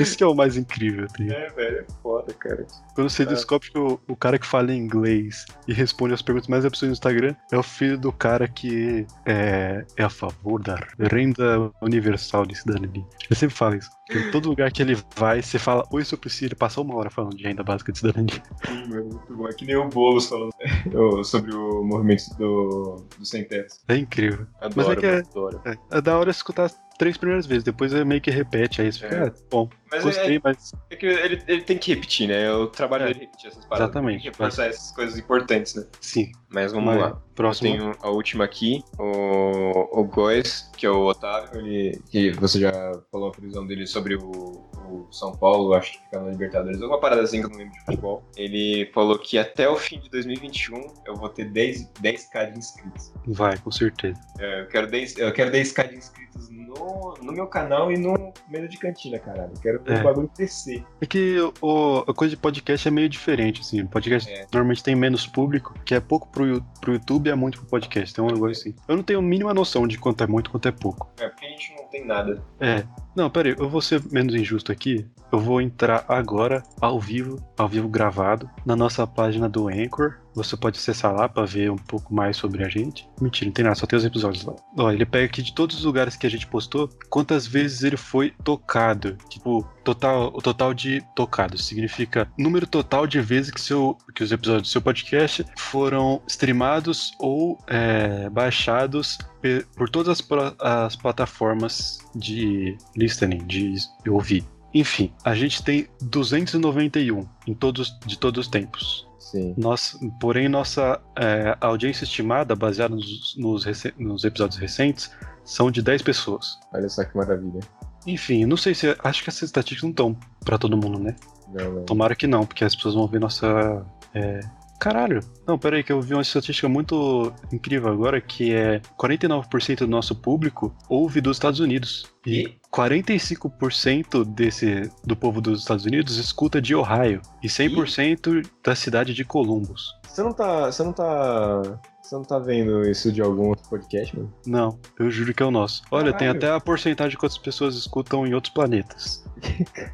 Speaker 1: Isso que é o mais incrível, tá ligado?
Speaker 2: é, velho, é foda, cara.
Speaker 1: Quando você
Speaker 2: É.
Speaker 1: descobre que o, o cara que fala inglês e responde as perguntas mais absurdas no Instagram é o filho do cara que é, é a favor da renda universal de cidadania. Ele sempre fala isso. Em todo lugar que ele vai, você fala, oi, seu Priscila, ele passa uma hora falando de renda básica de cidadania.
Speaker 2: Sim, mano, muito bom. É que nem o Boulos falando o- sobre o movimento do, do Sem Teto.
Speaker 1: É incrível.
Speaker 2: Adoro,
Speaker 1: Mas é que é-
Speaker 2: mano, adoro.
Speaker 1: É, é da hora escutar as três primeiras vezes, depois é meio que repete, aí você fica,
Speaker 2: É.
Speaker 1: "Ah, bom,
Speaker 2: Mas é,
Speaker 1: gostei, mas
Speaker 2: é que ele, ele tem que repetir, né? O trabalho
Speaker 1: É.
Speaker 2: dele é repetir essas paradas.
Speaker 1: Exatamente.
Speaker 2: Tem que reforçar essas coisas importantes, né?
Speaker 1: sim.
Speaker 2: Mas vamos
Speaker 1: Mas-
Speaker 2: lá.
Speaker 1: Próximo.
Speaker 2: Tem a última aqui, o, o Góes, que é o Otávio, ele, que você já falou a previsão dele sobre o, o São Paulo, acho que fica na Libertadores, alguma parada assim que eu não lembro de futebol. Ele falou que até o fim de 2021 eu vou ter 10, 10k de inscritos.
Speaker 1: Vai, com certeza.
Speaker 2: É, Eu quero 10, eu quero 10k de inscritos no, no meu canal e no Mesa de Cantina, caralho. Eu quero ver
Speaker 1: É.
Speaker 2: o bagulho crescer.
Speaker 1: É que o- a coisa de podcast é meio diferente, assim. Podcast
Speaker 2: É.
Speaker 1: normalmente tem menos público, que é pouco pro, Yu- pro YouTube e é muito pro podcast. Tem um negócio assim. Eu não tenho a mínima noção de quanto é muito quanto é pouco.
Speaker 2: É, porque a gente não tem nada.
Speaker 1: É. Não, peraí, eu vou ser menos injusto aqui. eu vou entrar agora ao vivo, ao vivo gravado, na nossa página do Anchor. Você pode acessar lá para ver um pouco mais sobre a gente. Mentira, não tem nada, só tem os episódios lá. Ó, ele pega aqui de todos os lugares que a gente postou, quantas vezes ele foi tocado. Tipo, total, o total de tocados significa número total de vezes que, seu, que os episódios do seu podcast foram streamados ou é, baixados pe- por todas as, pro- as plataformas de listening, de ouvir. Enfim, a gente tem 291 em todos, de todos os tempos.
Speaker 2: Sim.
Speaker 1: Nossa, porém, nossa é, audiência estimada, baseada nos, nos rece- nos episódios recentes, são de 10 pessoas.
Speaker 2: Olha só que maravilha.
Speaker 1: Enfim, não sei se. Acho que essas estatísticas não estão pra todo mundo, né?
Speaker 2: Não, não.
Speaker 1: Tomara que não, porque as pessoas vão ver nossa. é, Caralho! Não, peraí, que eu vi uma estatística muito incrível agora, que é 49% do nosso público ouve dos Estados Unidos. E 45% desse, do povo dos Estados Unidos escuta de Ohio. E 100% da cidade de Columbus.
Speaker 2: Você não tá. Você não tá. Você não tá vendo isso de algum outro podcast, mano?
Speaker 1: Não, eu juro que é o nosso. Olha, tem
Speaker 2: Caralho.
Speaker 1: até a porcentagem de quantas pessoas escutam em outros planetas.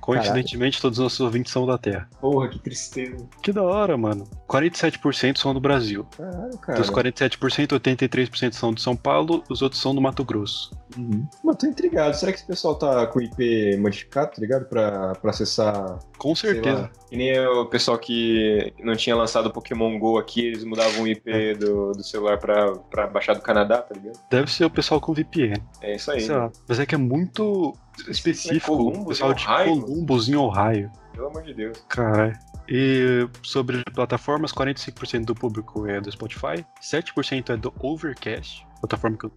Speaker 1: Coincidentemente, todos os nossos ouvintes são da Terra.
Speaker 2: Porra, que tristeza.
Speaker 1: Que da hora, mano. 47% são do Brasil.
Speaker 2: Caralho, cara.
Speaker 1: Dos 47%, 83% são de São Paulo, os outros são do Mato Grosso.
Speaker 2: Uhum. Mano, tô intrigado. Será que esse pessoal tá com o IP modificado, tá ligado? Pra, pra acessar.
Speaker 1: Com
Speaker 2: sei
Speaker 1: certeza.
Speaker 2: lá. Que nem o pessoal que não tinha lançado Pokémon GO aqui, eles mudavam o IP do, do celular pra, pra baixar do Canadá, tá ligado?
Speaker 1: Deve ser o pessoal com VPN.
Speaker 2: É isso aí.
Speaker 1: Sei lá. Mas é que é muito específico.
Speaker 2: Columbus,
Speaker 1: o pessoal
Speaker 2: em
Speaker 1: de
Speaker 2: é né? Ohio?
Speaker 1: Columbus, em Ohio.
Speaker 2: Pelo amor de Deus.
Speaker 1: Cara. E sobre plataformas, 45% do público é do Spotify, 7% é do Overcast, plataforma que eu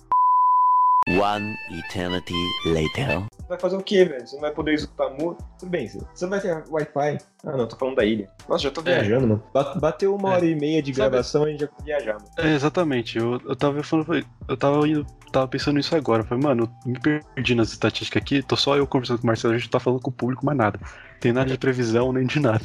Speaker 3: One eternity later.
Speaker 2: Vai fazer o quê, velho? Você não vai poder escutar música? Tudo bem, você você vai ter Wi-Fi. Ah, não, tô falando da ilha. Nossa, já tô viajando, mano. Ba- Bateu uma
Speaker 1: É.
Speaker 2: hora e meia de
Speaker 1: Sabe-
Speaker 2: gravação e a gente já tá viajando.
Speaker 1: É, exatamente. Eu, eu tava falando, eu tava indo, tava pensando nisso agora. Eu falei, mano, eu me perdi nas estatísticas aqui, tô só eu conversando com o Marcelo, a gente não tá falando com o público, mais nada. Tem nada de previsão, nem de nada.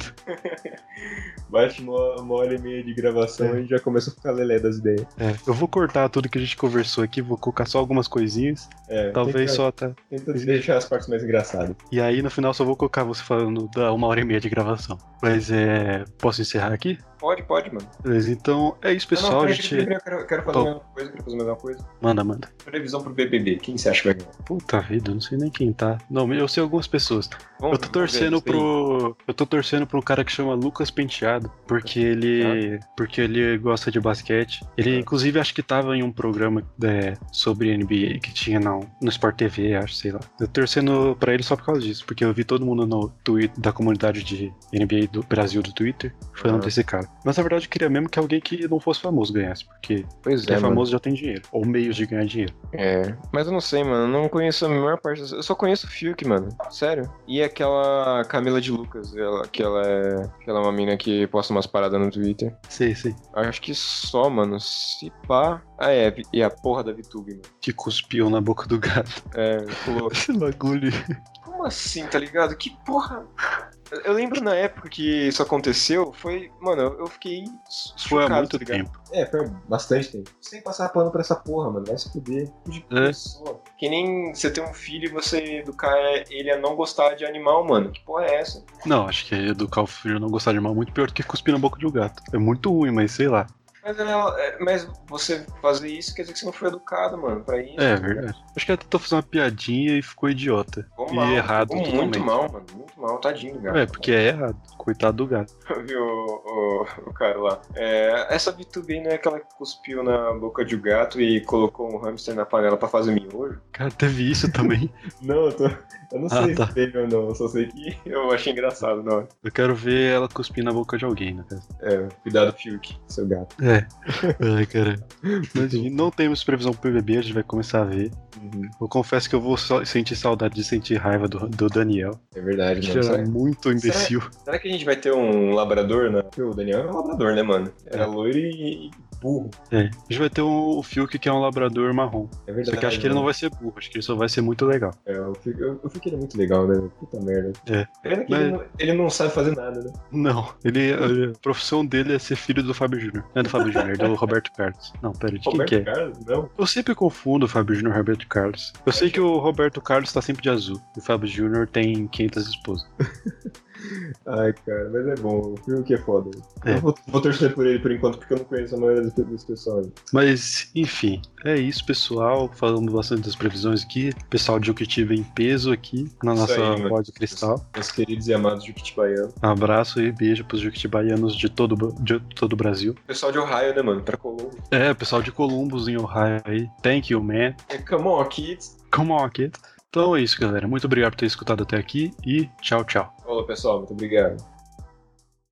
Speaker 2: Bate uma, uma hora e meia de gravação
Speaker 1: É.
Speaker 2: e a gente já começa a ficar lelé das ideias.
Speaker 1: É, eu vou cortar tudo que a gente conversou aqui, vou colocar só algumas coisinhas,
Speaker 2: É,
Speaker 1: talvez
Speaker 2: tenta-
Speaker 1: só até.
Speaker 2: Tenta deixar as partes mais engraçadas.
Speaker 1: E aí no final só vou colocar você falando da uma hora e meia de gravação. Mas é. Posso encerrar aqui?
Speaker 2: Pode, pode, mano.
Speaker 1: Beleza, então é isso,
Speaker 2: Ah, não,
Speaker 1: pessoal. a
Speaker 2: peraí,
Speaker 1: gente.
Speaker 2: peraí, peraí, eu quero, eu quero fazer
Speaker 1: Tô.
Speaker 2: uma coisa, eu quero fazer mais uma coisa.
Speaker 1: Manda, manda.
Speaker 2: Previsão pro BBB, quem você acha que vai ganhar?
Speaker 1: Puta vida, eu não sei nem quem tá. Não, eu sei algumas pessoas. tá?
Speaker 2: Vamos-
Speaker 1: Eu tô
Speaker 2: vamos
Speaker 1: torcendo
Speaker 2: ver, tem-
Speaker 1: pro. Eu tô torcendo pro cara que chama Lucas Penteado. Porque ele. Porque ele gosta de basquete. Ele,
Speaker 2: Ah.
Speaker 1: inclusive, acho que tava em um programa é, sobre NBA que tinha não, no Sport TV, acho, sei lá. Eu tô torcendo pra ele só por causa disso. Porque eu vi todo mundo no Twitter da comunidade de NBA do Brasil do Twitter falando
Speaker 2: Ah.
Speaker 1: desse cara. Mas na verdade eu queria mesmo que alguém que não fosse famoso ganhasse. Porque
Speaker 2: Pois
Speaker 1: quem é
Speaker 2: mano.
Speaker 1: famoso já tem dinheiro. Ou meios de ganhar dinheiro.
Speaker 2: É, mas eu não sei, mano. Eu não conheço a maior parte. das- Eu só conheço o Fiuk, mano. Sério. E aquela Camila de Lucas, ela, que, ela é, que ela é uma mina que posta umas paradas no Twitter.
Speaker 1: Sei, sei.
Speaker 2: Acho que só, mano. Se pá. Ah, é. E a porra da VTube, mano.
Speaker 1: Que cuspiu na boca do gato.
Speaker 2: É, pulou.
Speaker 1: Esse bagulho.
Speaker 2: Como assim, tá ligado? Que porra. Eu- Eu lembro na época que isso aconteceu, foi. Mano, eu eu fiquei.
Speaker 1: Foi há
Speaker 2: chocado,
Speaker 1: muito
Speaker 2: tá ligado?
Speaker 1: tempo.
Speaker 2: É, foi bastante tempo. Você tem que passar pano pra essa porra, mano. Vai se fuder. De
Speaker 1: É.
Speaker 2: pessoa. Que nem você ter um filho e você educar ele a não gostar de animal, mano. Que porra é essa?
Speaker 1: Não, acho que educar o filho não gostar de mal é muito pior do que cuspir na boca de um gato. É muito ruim, mas sei lá.
Speaker 2: Mas, ela- é, mas você fazer isso quer dizer que você não foi educado, mano, pra isso.
Speaker 1: É verdade. Acho que ela tentou fazer uma piadinha e ficou idiota.
Speaker 2: Ficou
Speaker 1: E
Speaker 2: mal,
Speaker 1: errado
Speaker 2: ficou
Speaker 1: totalmente.
Speaker 2: muito mal, mano. Muito mal, tadinho, do gato.
Speaker 1: É, porque é errado. Coitado do gato.
Speaker 2: Eu vi o, o, o cara lá. É, essa VTube não é aquela que cuspiu na boca de um gato e colocou um hamster na panela pra fazer miojo?
Speaker 1: Cara, teve isso também.
Speaker 2: Não, eu, tô... eu não
Speaker 1: Ah,
Speaker 2: sei
Speaker 1: tá.
Speaker 2: se teve ou não, eu só sei que eu achei engraçado, não.
Speaker 1: Eu quero ver ela cuspir na boca de alguém, né? cara?
Speaker 2: É, cuidado, Fiuk, seu gato.
Speaker 1: É. Ai, cara. Mas enfim, não temos previsão pro BBB, a gente vai começar a ver. Eu confesso que eu vou só sentir saudade de sentir raiva do, do Daniel.
Speaker 2: É verdade,
Speaker 1: Que era muito imbecil.
Speaker 2: um é Será que a gente vai ter um labrador, né? Porque o Daniel era um labrador, né, mano? Era loiro e, e burro.
Speaker 1: É. A gente vai ter o, o Fiuk, que é um labrador marrom.
Speaker 2: É verdade.
Speaker 1: Só que acho que ele não vai ser burro, acho que ele só vai ser muito legal.
Speaker 2: É, eu fico, eu, eu fico ele muito legal, né? Puta merda.
Speaker 1: É.
Speaker 2: Pena que
Speaker 1: Mas-
Speaker 2: ele, não, ele não sabe fazer nada, né?
Speaker 1: Não, ele, a profissão dele é ser filho do Fábio Júnior. Não é do Fábio Júnior, é do Roberto Carlos. Não, pera, de quem
Speaker 2: Roberto
Speaker 1: que é?
Speaker 2: Carlos, não.
Speaker 1: Eu sempre confundo o Fábio Júnior e o Roberto Carlos. Eu sei que o Roberto Carlos tá sempre de azul. E o Fábio Júnior tem 500 esposas.
Speaker 2: Ai, cara, mas é bom. O filme que é foda.
Speaker 1: É.
Speaker 2: Eu vou, vou torcer por ele por enquanto, porque eu não conheço a maioria dos- dos pessoal. aí.
Speaker 1: Mas, enfim, é isso, pessoal. Falamos bastante das previsões aqui. Pessoal de Ukitiva em peso aqui na
Speaker 2: Isso aí,
Speaker 1: nossa
Speaker 2: mano.
Speaker 1: voz de cristal.
Speaker 2: Meus queridos e amados Juquitibaiano.
Speaker 1: Abraço e beijo pros Juquitibaianos de todo, de todo o Brasil.
Speaker 2: Pessoal de Ohio, né, mano? Pra Colômbia.
Speaker 1: É, pessoal de Columbus em Ohio aí. Thank you, man.
Speaker 2: É, Come on, kids.
Speaker 1: Come on, kid. Então é isso, galera. Muito obrigado por ter escutado até aqui e tchau, tchau.
Speaker 2: Olá, pessoal. Muito obrigado.